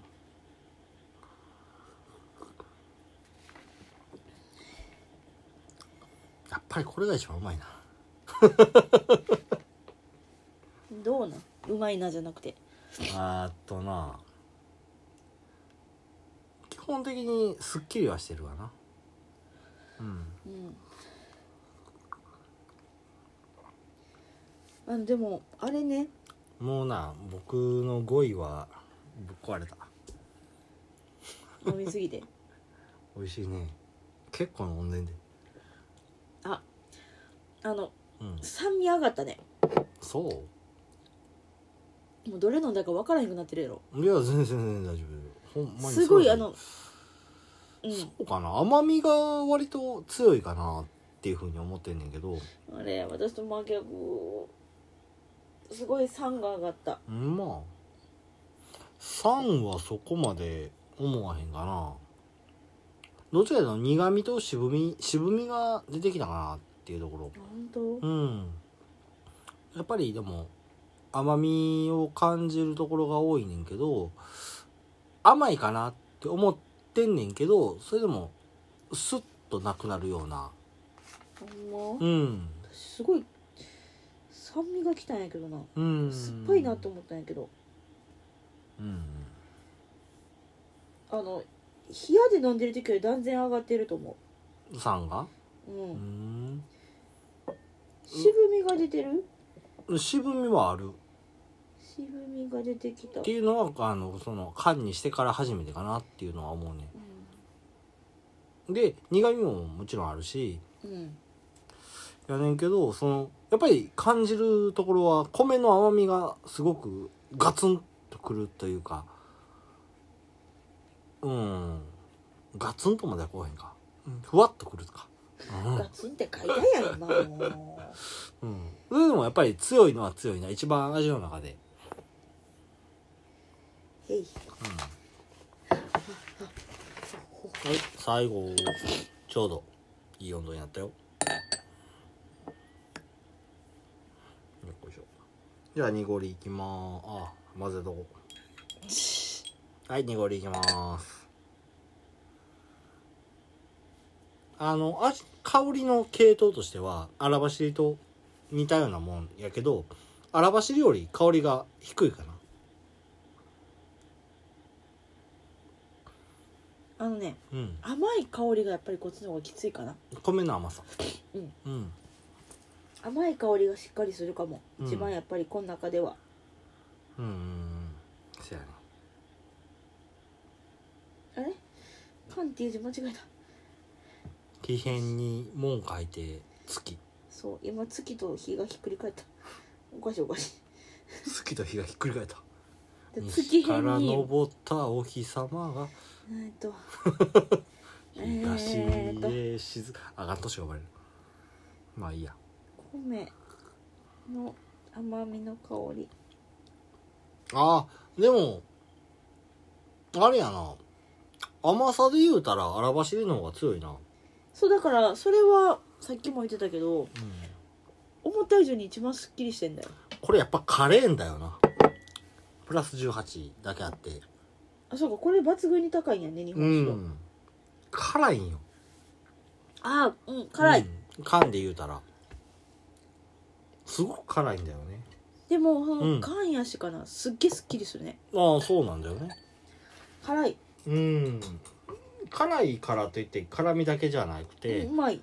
A: やっぱりこれが一番うまいな
B: どうなんうまいなじゃなくて
A: あーっとな基本的にすっきりはしてるわなうん
B: うんあのでもあれね
A: もうな僕の語彙はぶっ壊れた
B: 飲みすぎて
A: 美味しいね結構飲んでんで
B: ああの
A: うん
B: 酸味上がったね
A: そ
B: もうどれ飲んだか分からへんくなってるやろ
A: ういや全然全然大丈夫ほんまに
B: すごい
A: そう
B: あのう
A: そうかな甘みが割と強いかなっていうふうに思ってんねんけど
B: んあれ私と真逆すごい酸が上がった
A: うんまあ酸はそこまで思わへんかなどっちらかというと苦みと渋み渋みが出てきたかなっていうところ
B: 本当
A: うんやっぱりでも甘みを感じるところが多いねんけど甘いかなって思ってんねんけどそれでもスッとなくなるような
B: ほん
A: う
B: ま
A: ん
B: すごい酸味がきたんやけどな
A: うん
B: 酸っぱいなと思ったんやけど
A: うん
B: あの冷やで飲んでる時より断然上がってると思
A: 酸が
B: う、う、
A: うんん
B: 渋みが出てる
A: 渋みはある
B: 渋みが出てきた、う
A: っていうのはあのその缶にしてから初めてかなっていうのは思うね
B: ん
A: で苦味ももちろんあるし
B: うん、
A: やねんけどそのやっぱり感じるところは米の甘みがすごくガツンとくるというかうんガツンとまではこうへんか、うんふわっとくるか、
B: ガツンって書いたやんなも
A: うんうん、それでもやっぱり強いのは強いな一番味の中で、
B: うへい
A: うん、はい最後ちょうどいい温度になったよよっこいしょじゃあ濁りいきまーすあ混ぜとこうはい濁りいきまーすあの味香りの系統としては荒走りと似たようなもんやけど荒走りより香りが低いかな
B: あのね
A: うん
B: 甘い香りがやっぱりこっちの方がきついかな
A: 米の甘さ
B: うん
A: うん
B: 甘い香りがしっかりするかも、
A: うん
B: 一番やっぱりこの中では
A: うんうんうんせやね
B: あれ缶っていう字間違えた
A: 木片に門書いて月
B: そう今月と日がひっくり返ったおかしいおかしい
A: 月と日がひっくり返った
B: で月
A: 西か
B: 編
A: ら
B: に
A: 昇ったお日様が
B: えーっと
A: 東
B: えーっと
A: へ静かあがんとしが呼ばれるまあいいや
B: 米の甘みの香り
A: あーでもあれやな甘さで言うたら荒走りの方が強いな
B: そうだからそれはさっきも言ってたけど
A: うん
B: 思った以上に一番すっきりしてんだよ
A: これやっぱカレーんだよなプラス18だけあって
B: あそうかこれ抜群に高いんやね日
A: う
B: 本酒は、
A: ん辛いんよ
B: ああうん辛い、
A: うん、缶で言うたらすごく辛いんだよね
B: でもそ
A: うん
B: の缶やしかなすっげえすっきりするね
A: ああそうなんだよね
B: 辛い、
A: うん辛いからといって辛みだけじゃなくて
B: う、まい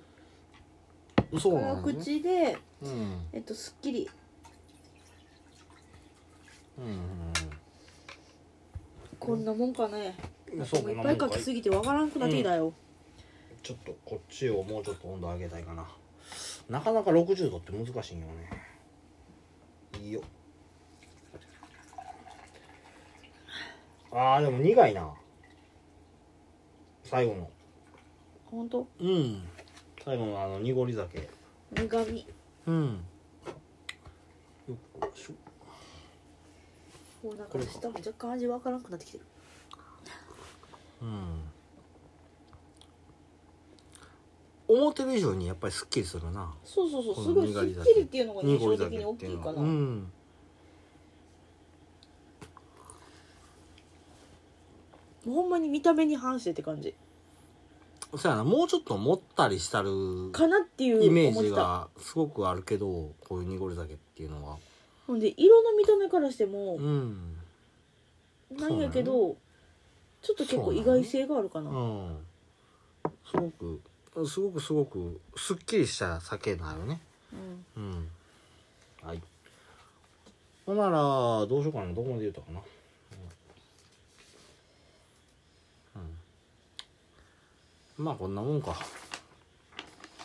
A: そうな
B: 辛
A: んだよね
B: 口で
A: うんうん
B: えっとすっきり
A: うん
B: こんなもんかね
A: うん
B: もういっぱいかきすぎてわからんくなってきたよ、
A: ちょっとこっちをもうちょっと温度上げたいかななかなか60度って難しいんよねいいよあーでも苦いな最後の
B: ほんと
A: うん最後のあの濁り酒
B: 苦味
A: うんよっこいしょ
B: もうなん
A: こ
B: か
A: れ
B: 下も若干味わからんくなってきてる
A: うん思ってる以上にやっぱりすっきりするな
B: そうそうそ
A: こ
B: う
A: の
B: すご
A: 苦
B: いす
A: いだ
B: っ
A: け
B: きりっていうのがね印
A: 濁
B: 象
A: り
B: 的
A: 酒
B: に
A: っ
B: 大
A: て
B: き
A: い
B: いう
A: のは
B: か
A: う
B: な、
A: ん
B: もうほんまに見た目に反してって感じ
A: そやなもうちょっともったりしたる
B: かなっていう
A: イメ
B: 思
A: ー
B: っ
A: ジ
B: てた
A: がすごくあるけどこういう濁り酒っていうのは
B: ほんで色の見た目からしても
A: うん
B: なんやけど、ちょっと結構意外性があるかな、
A: うんすごくすごくすごくすっきりした酒なのね
B: うん
A: うんはいほんならどうしようかなどこまで言うたかなうん、うんまあこんなもんか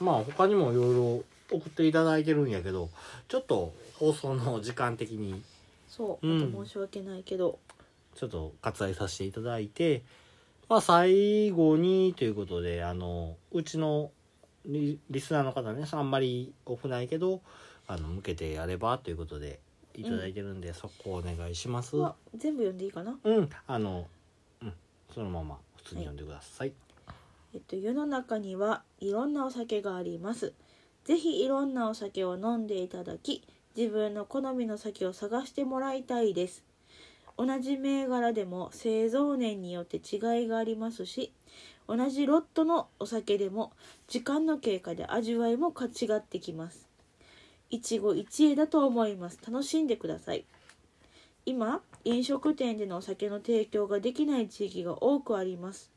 A: まあ他にもいろいろ送っていただいてるんやけどちょっと放送の時間的に
B: そう、
A: うん
B: また申し訳ないけど
A: ちょっと割愛させていただいてまあ最後にということであのうちのリリスナーの方ねあんまり多くないけどあの向けてやればということでいただいてるんで、そこお願いします。
B: まあ全部読んでいいかな
A: うん、あの、うん、そのまま普通に読んでください。
B: えっと、世の中にはいろんなお酒があります。ぜひいろんなお酒を飲んでいただき、自分の好みの酒を探してもらいたいです。同じ銘柄でも製造年によって違いがありますし同じロットのお酒でも時間の経過で味わいも違ってきます一期一会だと思います楽しんでください今飲食店でのお酒の提供ができない地域が多くあります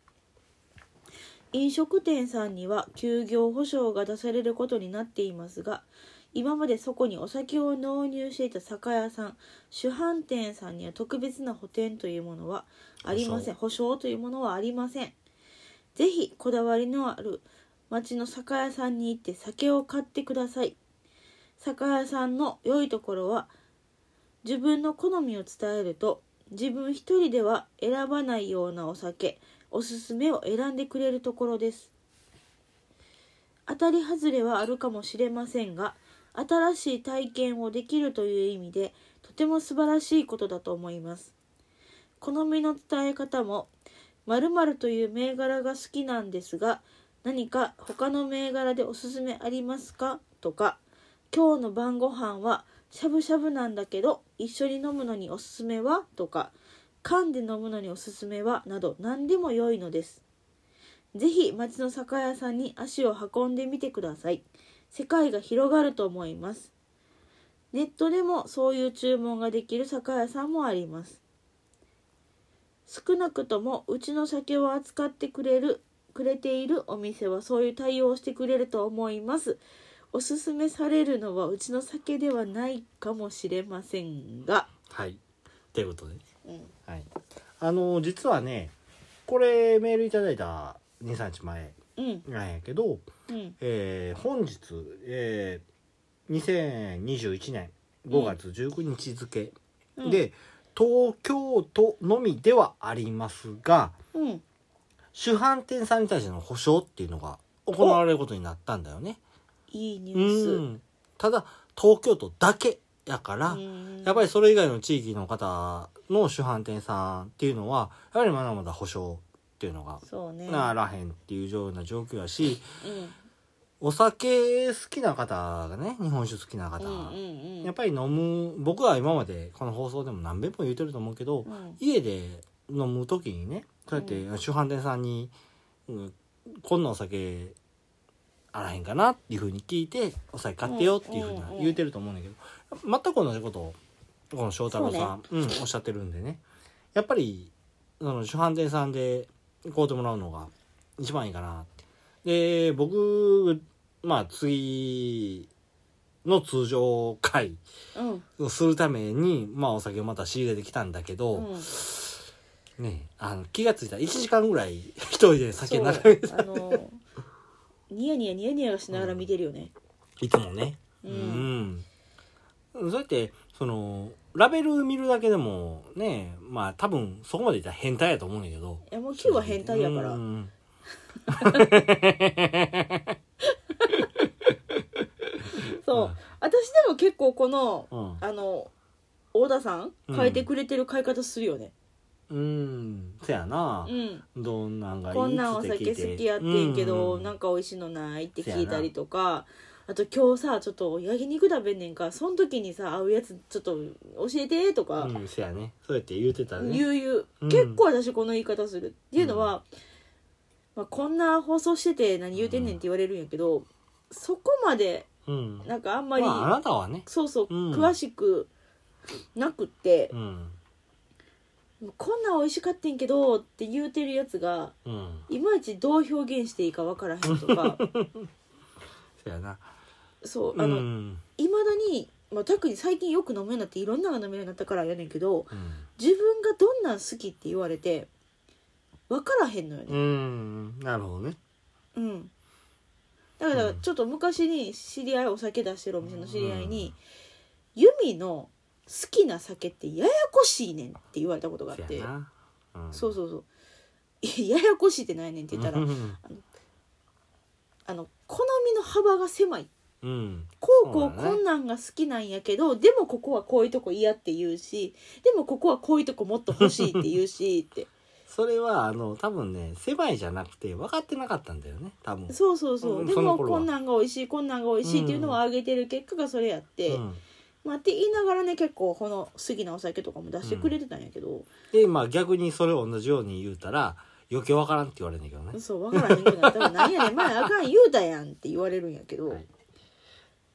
B: 飲食店さんには休業保証が出されることになっていますが今までそこにお酒を納入していた酒屋さん主販店さんには特別な補填というものはありません保証というものはありませんぜひこだわりのある町の酒屋さんに行って酒を買ってください酒屋さんの良いところは自分の好みを伝えると自分一人では選ばないようなお酒おすすめを選んでくれるところです当たり外れはあるかもしれませんが新しい体験をできるという意味でとても素晴らしいことだと思います好みの伝え方も〇〇という銘柄が好きなんですが何か他の銘柄でおすすめありますかとか今日の晩ご飯はしゃぶしゃぶなんだけど一緒に飲むのにおすすめはとか缶で飲むのにおすすめはなど何でも良いのですぜひ町の酒屋さんに足を運んでみてください世界が広がると思いますネットでもそういう注文ができる酒屋さんもあります少なくともうちの酒を扱ってくれるくれているお店はそういう対応をしてくれると思いますおすすめされるのはうちの酒ではないかもしれませんが、
A: はいということで
B: うん、
A: はいあの実はねこれメールいただいた23日前
B: うん
A: なんやけど、
B: うん
A: えー本日、えー2021年5月19日付
B: うん
A: で、東京都のみではありますが
B: うん
A: 主販店さんに対しての保証っていうのが行われることになったんだよね。
B: いいニュ
A: う
B: ース、
A: ん、ただ東京都だけやから、
B: うん
A: やっぱりそれ以外の地域の方の主販店さんっていうのはやっぱりまだまだ保証っていうのが
B: そうね
A: ならへんっていうような状況やし
B: うん
A: お酒好きな方がね日本酒好きな方、
B: うんうんうん
A: やっぱり飲む僕は今までこの放送でも何遍も言ってると思うけど、
B: うん
A: 家で飲む時にねそうやって主販店さんに、うん、こんなお酒あらへんかなっていうふうに聞いてお酒買ってよっていうふう
B: うん
A: な
B: うんうん
A: 言うてると思うんだけど全く同じことをこの翔太郎さんう、ん、おっしゃってるんでねやっぱりその主販店さんで買うてもらうのが一番いいかなって。で僕まあ次の通常会
B: うん
A: をするために、まあ、お酒をまた仕入れてきたんだけど、
B: うん
A: ねあの気がついたら1時間ぐらい一人で酒
B: そう
A: 眺め
B: あのニヤニヤニヤニヤしながら見てるよね
A: いつもね
B: う
A: うんん、そうやってそのラベル見るだけでもねまあ多分そこまでいったら変態やと思うんだけど
B: いやもう Q は変態やから
A: うん
B: そう、
A: うん
B: 私でも結構この
A: うん
B: あの大田さん
A: うん
B: 変えてくれてる買い方するよね
A: うんせやな
B: う、ん
A: どんなんがいい
B: こんなんお
A: っつって
B: 酒
A: 聞いて
B: 好きやってんけど、
A: う
B: なんか美味しいのないって聞いたりとかあと今日さちょっと焼肉食べんねんかその時にさ合うやつちょっと教えてとか、
A: うんせやねそうやって言うてたね
B: 言う言う、
A: うん
B: 結構私この言い方するっていうのは、まあ、こんな放送してて何言うてんねんって言われるんやけど、そこまで
A: うん
B: なんかあんまり、
A: まああなたはね
B: そうそう、
A: うん
B: 詳しくなくって
A: う、ん
B: こんなん美味しかってんけどって言うてるやつが
A: うん
B: いまいちどう表現していいかわからへんと
A: *laughs*
B: か
A: せやな
B: そう
A: う
B: あ
A: んう
B: の
A: ん
B: いま、未だに、まあ、特に最近よく飲むようになっていろんなのが飲めるようになったからやねんけど自分がどんなん好きって言われてわからへんのよね。
A: うんなるほどね
B: うんだから
A: うん
B: ちょっと昔に知り合いお酒出してるお店の知り合いに「ユミの好きな酒ってややこしいねん」って言われたことがあっ
A: せ
B: て
A: やな、うん
B: そうそうそう「いやややこしいってないねん」って言ったら
A: うん
B: あの好みの幅が狭い
A: *laughs* うん
B: こうこ
A: そう
B: う
A: だね
B: こんなんが好きなんやけどでもここはこういうとこ嫌って言うしでもここはこういうとこもっと欲しいって言うしって
A: それはあの多分ね狭いじゃなくて分かってなかったんだよね多分
B: そうそうそううんで
A: その
B: も
A: 頃は
B: こんなんが美味しいこんなんが美味しいっていうのをあげてる結果がそれやって
A: うん
B: まあ、って言いながらね結構この杉なお酒とかも出してくれてたんやけど、
A: でまあ逆にそれ同じように言うたら余計わからんって言われるんだけどね、
B: そう分からへんくなったら「なんやねん前あかん言うたやん」って言われるんやけど、
A: はい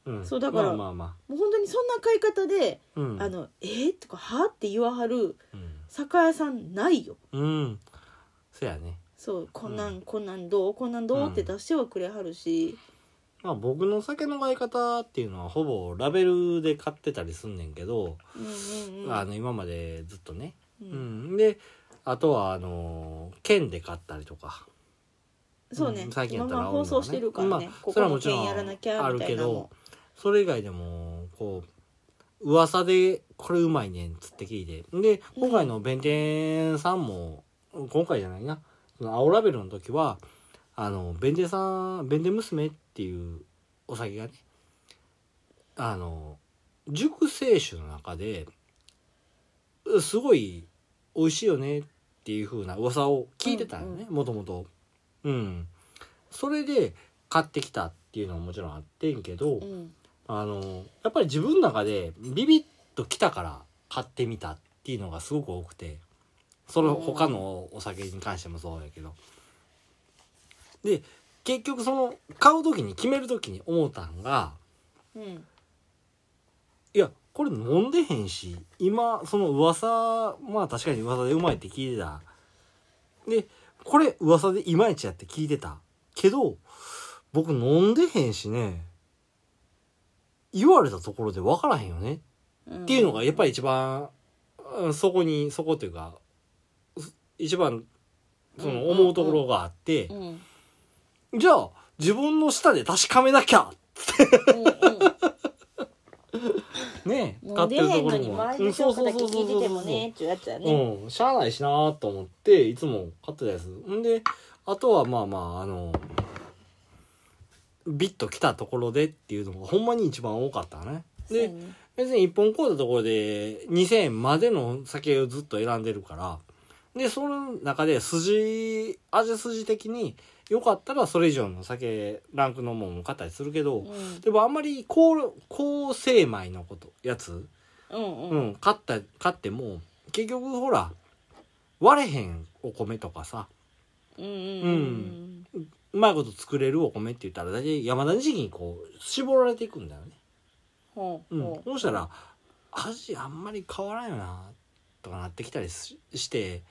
A: うん、
B: そうだか
A: ま
B: ら
A: あまあま
B: もう本当にそんな買い方で
A: あ、う
B: 「
A: ん、
B: あのえー、とか「は?」って言わはる
A: うん
B: 酒屋さんないよ。
A: うんそやね
B: そうこんなん、こんなんどうこんなんどうって出してはくれはるし、
A: まあ僕の酒の買い方っていうのはほぼラベルで買ってたりすんねんけど、
B: うんうんうん
A: あの今までずっとね、
B: う
A: うんん、であとはあの剣で買ったりとか
B: そうね、
A: うん最近や
B: 今
A: った
B: ま
A: ら
B: あ
A: 青の
B: 放送してるからね、
A: まあ
B: こ
A: そ
B: こ
A: れは
B: の
A: もちろん
B: 件やらなきゃみたいなのも
A: それ以外でもこう噂でこれうまいねんつって聞いてで今回の弁天さんも、今回じゃないなその青ラベルの時はあの弁天さん弁天娘っていうお酒がねあの熟成酒の中ですごい美味しいよねっていう風な噂を聞いてたよねもともと。うん。それで買ってきたっていうのはもちろんあってんけど、
B: うん
A: あのやっぱり自分の中でビビッときたから買ってみたっていうのがすごく多くてその他のお酒に関してもそうやけどで結局その買う時に決める時に思ったんが
B: うん
A: いやこれ飲んでへんし今その噂まあ確かに噂でうまいって聞いてたでこれ噂でいまいちやって聞いてたけど僕飲んでへんしね言われたところで分からへんよね
B: うん、
A: っていうのがやっぱり一番、うんそこにそこというかす一番その思うところがあって、
B: うん、うん
A: じゃあ自分の舌で確かめなきゃね
B: うん、
A: 使っ
B: 飲んで
A: てる
B: へ
A: と
B: ん
A: こ
B: の
A: ろ
B: に
A: も
B: 周
A: う
B: りの
A: んそう
B: 評価
A: そうそ
B: だけ
A: うそう
B: 聞いてて
A: そうそ
B: も
A: う
B: ねっていうやつやね
A: うん、しゃあないしなーと思って、いつも買ってたやつ。んで、あとはまあまあ、あの、ビッと来たところでっていうのがほんまに一番多かったね。
B: そう
A: で、
B: やね
A: 別に一本買うたところで2000円までの酒をずっと選んでるから、で、その中で筋、味筋的に良かったらそれ以上の酒、ランクのもんも買ったりするけど、
B: うん
A: でもあんまり高、高精米のこと、やつ、
B: うんう
A: うんん、買った買っても結局ほら割れへんお米とかさ
B: うんうん
A: う
B: うんん
A: うまいこと作れるお米って言ったら大体山田時期にこう絞られていくんだよね、
B: ほう
A: うん
B: ほう
A: そうしたら味あんまり変わらんよなとかなってきたりしして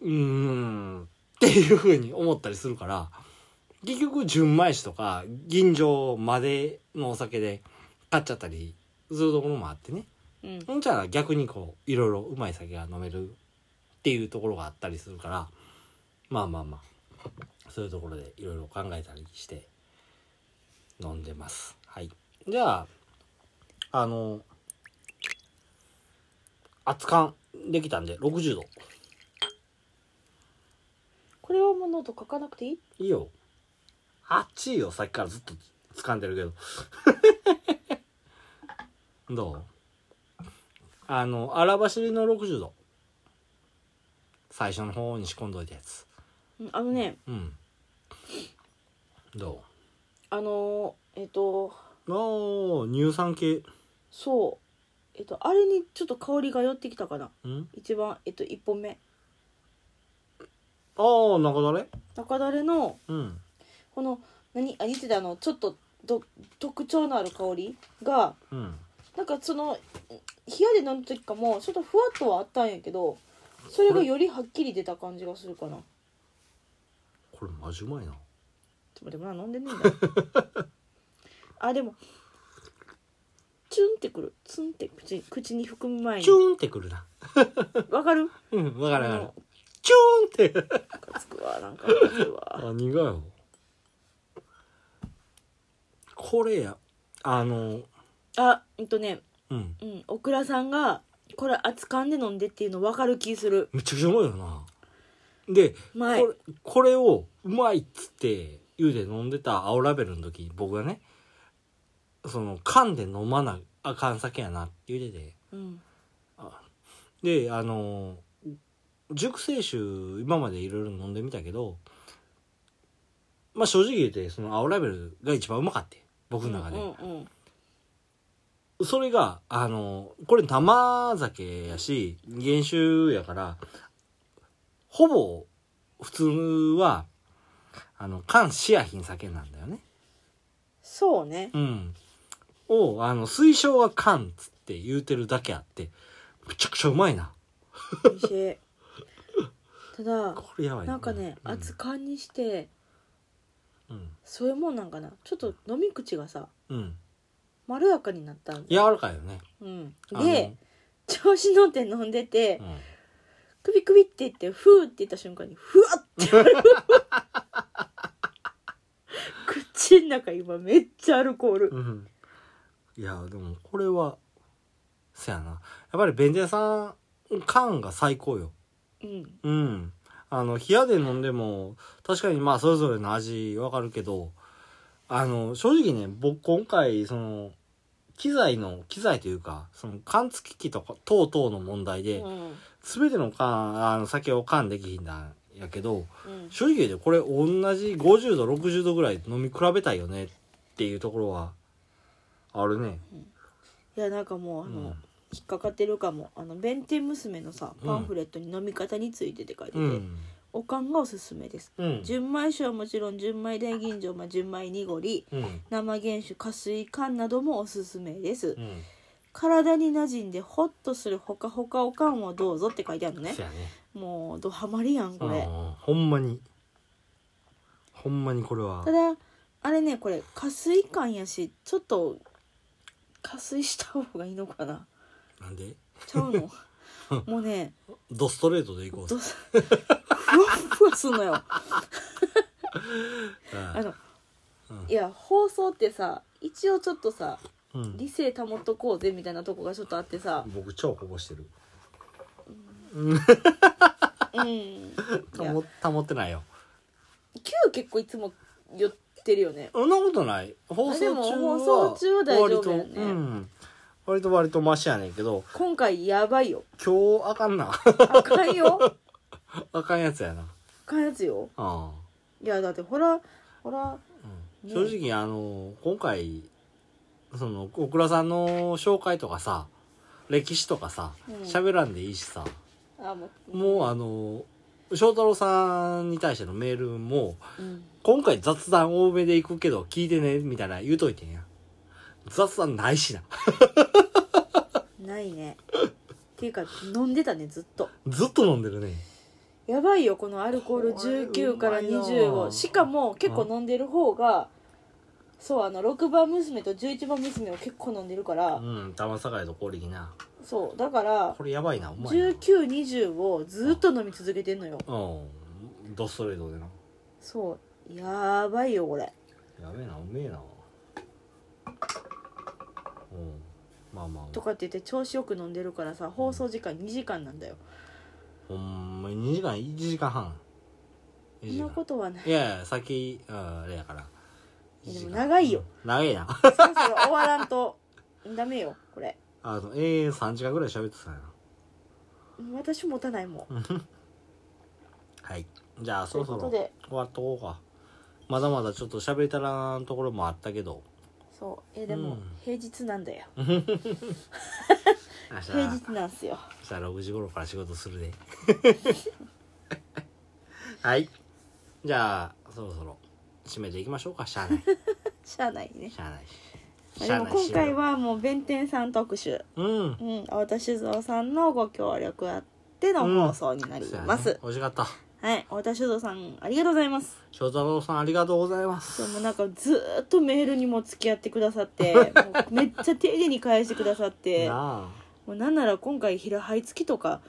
A: うーんっていうふうに思ったりするから結局純米酒とか吟醸までのお酒で買っちゃったりするところもあってね
B: うん
A: ほんじゃあ逆にこういろいろうまい酒が飲めるっていうところがあったりするからまあまあまあそういうところでいろいろ考えたりして飲んでますはいじゃああの熱燗できたんで60度
B: これはもうノート書かなくていい
A: いいよ熱いよさっきからずっと掴んでるけど *laughs* どうあの荒走りの60度最初の方に仕込んどいたやつ
B: うんあのね
A: うんど
B: あのーえっ、と
A: うああ乳酸系
B: そうえっ、とあれにちょっと香りが寄ってきたかなん一番えっ、と一本目
A: ああ中だれ
B: 中だれの
A: うん
B: この何あ言ってたあのちょっとど特徴のある香りが
A: うん
B: なんかその冷やで飲んだ時かもちょっとふわっとはあったんやけどそれがよりはっきり出た感じがするかな
A: これマジうまいな
B: ちょっと待ってまだ飲んでね
A: *laughs*
B: えんだあでもチュンってくるツンって口に口に含む前に
A: チューンってくるな
B: わかる
A: うんわかるわかる
B: も
A: チューンって
B: うムカつくわなんかムカつくわ
A: あ苦いよこれやあの
B: あうんとね
A: うん
B: うんオクラさんがこれ熱燗で飲んでっていうのわかる気する
A: めちゃくちゃうまいよなでこ
B: 前
A: れこれをうまいっつって言うで飲んでた青ラベルの時僕がねその缶で飲まなあかん酒やなって言うてて
B: うん
A: であの熟成酒今までいろいろ飲んでみたけどまあ正直言うてその青ラベルが一番うまかって僕の中で、
B: うんうん
A: それが、あの、これ生酒やし、原酒やから、ほぼ、普通は、あの、缶シアヒン酒なんだよね。
B: そうね
A: うん。を、あの、推奨は缶っつって言うてるだけあって、むちゃくちゃうまいな。
B: 美味し
A: *laughs*
B: いただ
A: これやばい
B: なんかね
A: うん
B: 熱燗にして
A: うん。
B: そういうもんなんかなちょっと飲み口がさ
A: うん。
B: まろやかになったん
A: 柔らかいよね。
B: うん、
A: あの
B: で、調子乗って飲んでて
A: うん
B: 「クビクビ」って言って「ふー」って言った瞬間にふわってな
A: *laughs*
B: る口の中今めっちゃアルコール
A: うん、いやでもこれはせやなやっぱり弁天さん缶が最高よ
B: うん
A: うんあの冷やで飲んでも確かにまあそれぞれの味わかるけどあの正直ね僕今回その機材の機材というかその缶付き機とか等々の問題で
B: うん
A: 全ての缶あの酒を缶できひんだんやけど
B: うん
A: 正直言うてこれ同じ50度60度ぐらい飲み比べたいよねっていうところはあるね
B: いやなんかもうあの、
A: うん
B: 引っかかってるかもあの弁天娘のさ
A: うん
B: パンフレットに飲み方についてって書いてて、
A: うん
B: おかんがおすすめです
A: うん
B: 純米酒はもちろん純米大吟醸、まあ、純米濁り
A: うん
B: 生原酒加水缶などもおすすめです
A: うん
B: 体に馴染んでホッとするほかほかおかんをどうぞって書いてあるのね
A: そやね
B: もうドハマりやんこれ
A: うんほんまにほんまにこれは
B: ただあれねこれ加水感やしちょっと加水した方がいいのかな
A: なんで
B: ちゃう
A: *laughs*
B: のもうね
A: ドストレートでいこう
B: どうすふわっふわすん *laughs* のよ
A: うん
B: あの
A: うん
B: いや放送ってさ一応ちょっとさ
A: うん
B: 理性保っとこうぜみたいなとこがちょっとあってさ
A: 僕超こぼしてる
B: うんいや
A: 保保ってないよ
B: 9結構いつも寄ってるよね
A: そんなことない放送中は
B: でも放送中は大丈夫やね
A: 割とうん割と割とマシやねんけど
B: 今回やばいよ
A: 今日あかんな *laughs*
B: あかんよあ
A: あかんやつやな
B: かんやつよ
A: あ
B: いやだってほらほら
A: うん
B: ね
A: 正直あの今回その小倉さんの紹介とかさ歴史とかさ
B: うん
A: 喋、らんでいいしさ
B: あもう
A: もうあの翔太郎さんに対してのメールも
B: うん
A: 今回雑談多めでいくけど聞いてねみたいな言うといてんや雑談ないしな
B: ないねっていうか飲んでたねずっと
A: ずっと飲んでるね
B: やばいよこのアルコール
A: これ
B: 19から
A: うまい
B: 25
A: な
B: しかも結構飲んでる方がそうあの6番娘と11番娘を結構飲んでるか
A: う
B: ら
A: ん玉境と氷にな
B: そうだから
A: これやばいなお前
B: 1920をずっと飲み続けてんのよ
A: うんドストレートでな
B: そうやばいよこれ
A: やべえなうめえなうんまあまあ
B: とかって言って調子よく飲んでるからさ放送時間2時間なんだよ
A: ほんまに2時間1時間半
B: そ
A: 1時
B: んな
A: 間
B: ことはない
A: いやいや先うんあれやから
B: でも
A: 1時間
B: 長いよ
A: 長いな
B: そろそろ終わらんと *laughs* ダメよこれ
A: あの永遠3時間ぐらい喋ってたんやな
B: 私持たないもん
A: はいじゃあそ
B: とい
A: ろ
B: う
A: そ
B: こ
A: ろ
B: と
A: 終
B: で
A: わっとこうかまだまだちょっと喋り足らんところもあったけど
B: そうえでも、
A: うん
B: 平日なんだよ
A: 明日
B: 平日なんすよ
A: 明日6時頃から仕事するで *laughs* はいじゃあそろそろ締めていきましょうかしゃあない
B: しゃあないね
A: しゃあない
B: まあ
A: しゃあ
B: *laughs* でも
A: ない
B: 今回はもう弁天さん特集
A: うん
B: うん太田酒造さんのご協力あっての放送になりま
A: そうや
B: す
A: ね、美味しかった
B: はい太田酒造さんありがとうございます
A: 翔太郎さんありがとうございます
B: でもなんかずーっとメールにも付き合ってくださって
A: *laughs*
B: もうめっちゃ丁寧に返してくださって
A: なあ
B: もうなんなら今回平杯付きとか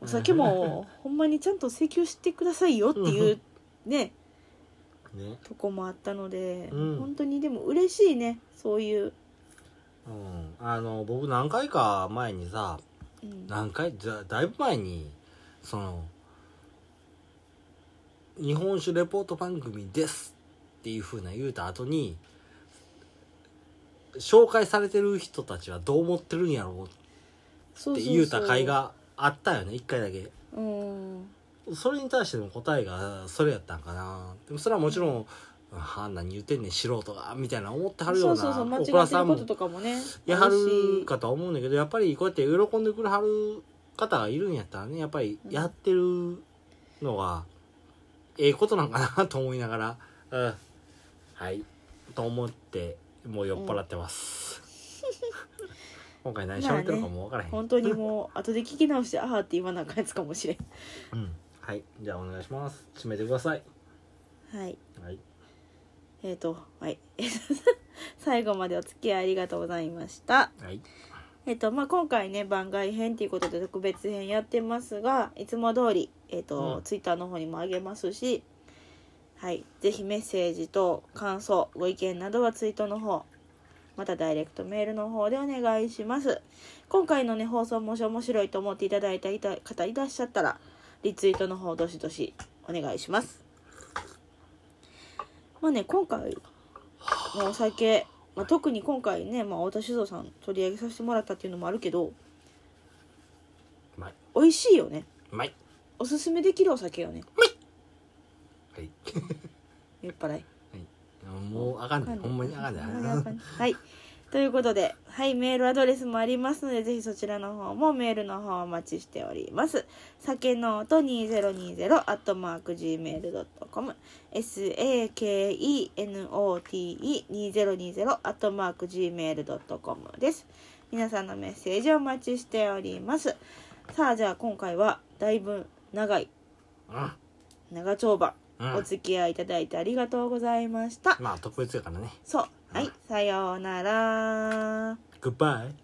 B: お酒もほんまにちゃんと請求してくださいよっていうね
A: ね
B: とこもあったので、
A: うん
B: 本当にでも嬉しいねそういう、
A: うんあの僕何回か前にさ
B: うん、
A: 何回だだいぶ前にその「日本酒レポート番組です」っていうふうな言うた後に紹介されてる人たちはどう思ってるんやろ
B: そう
A: っ
B: うそ
A: て
B: う
A: 言うた回があったよね一回だけ
B: そううん
A: それに対しての答えがそれやったんかなでもそれはもちろん、はあ何言ってんねん素人がみたいな思ってはるよ
B: そうう
A: な
B: そうそう間違
A: お
B: ってる
A: 母さん
B: こ
A: も
B: ととかもね
A: やは
B: あ
A: る
B: し
A: かとは思うんだけどやっぱりこうやって喜んでくれはる方がいるんやったらねやっぱりやってるのがええことなんかなと思いながら、うん、はいと思ってもう酔っ払ってます、今回何喋ってるかも分からへん、
B: 本当にもう後 *laughs* で聞き直して「ああ」って言わなあかんやつかもしれ
A: うん、はいじゃあお願いします締めてください
B: んはい
A: はい
B: えっ、とはい *laughs* 最後までお付き合いありがとうございました
A: はい
B: えっ、とまあ今回ね番外編ということで特別編やってますがいつも通りえっ、と、
A: うん
B: ツイッターの方にもあげますしはいぜひメッセージと感想ご意見などはツイートの方またダイレクトメールの方でお願いします今回のね放送もし面白いと思っていただいたいた方いらっしゃったらリツイートの方どしどしお願いしますまあね今回のお酒、まあ、特に今回ね、まあ、太田酒造さん取り上げさせてもらったっていうのもあるけど
A: うまい
B: 美味しいよね
A: うまい
B: おすすめできるお酒よね
A: はい
B: 酔っ払い
A: もうあかんねんほんまにあかんね
B: ほんまにあか
A: ん
B: んねはいということで、はい、メールアドレスもありますので、ぜひそちらの方もメールの方お待ちしております。酒のと2020アットマーク Gmail.com、sakenote2020 アットマーク Gmail.com です。皆さんのメッセージをお待ちしております。さあ、じゃあ今回はだいぶ長い長丁場、
A: うんうん
B: お付き合いいただいてありがとうございました。
A: まあ特別やからね
B: そう。はい。さようなら。
A: goodbye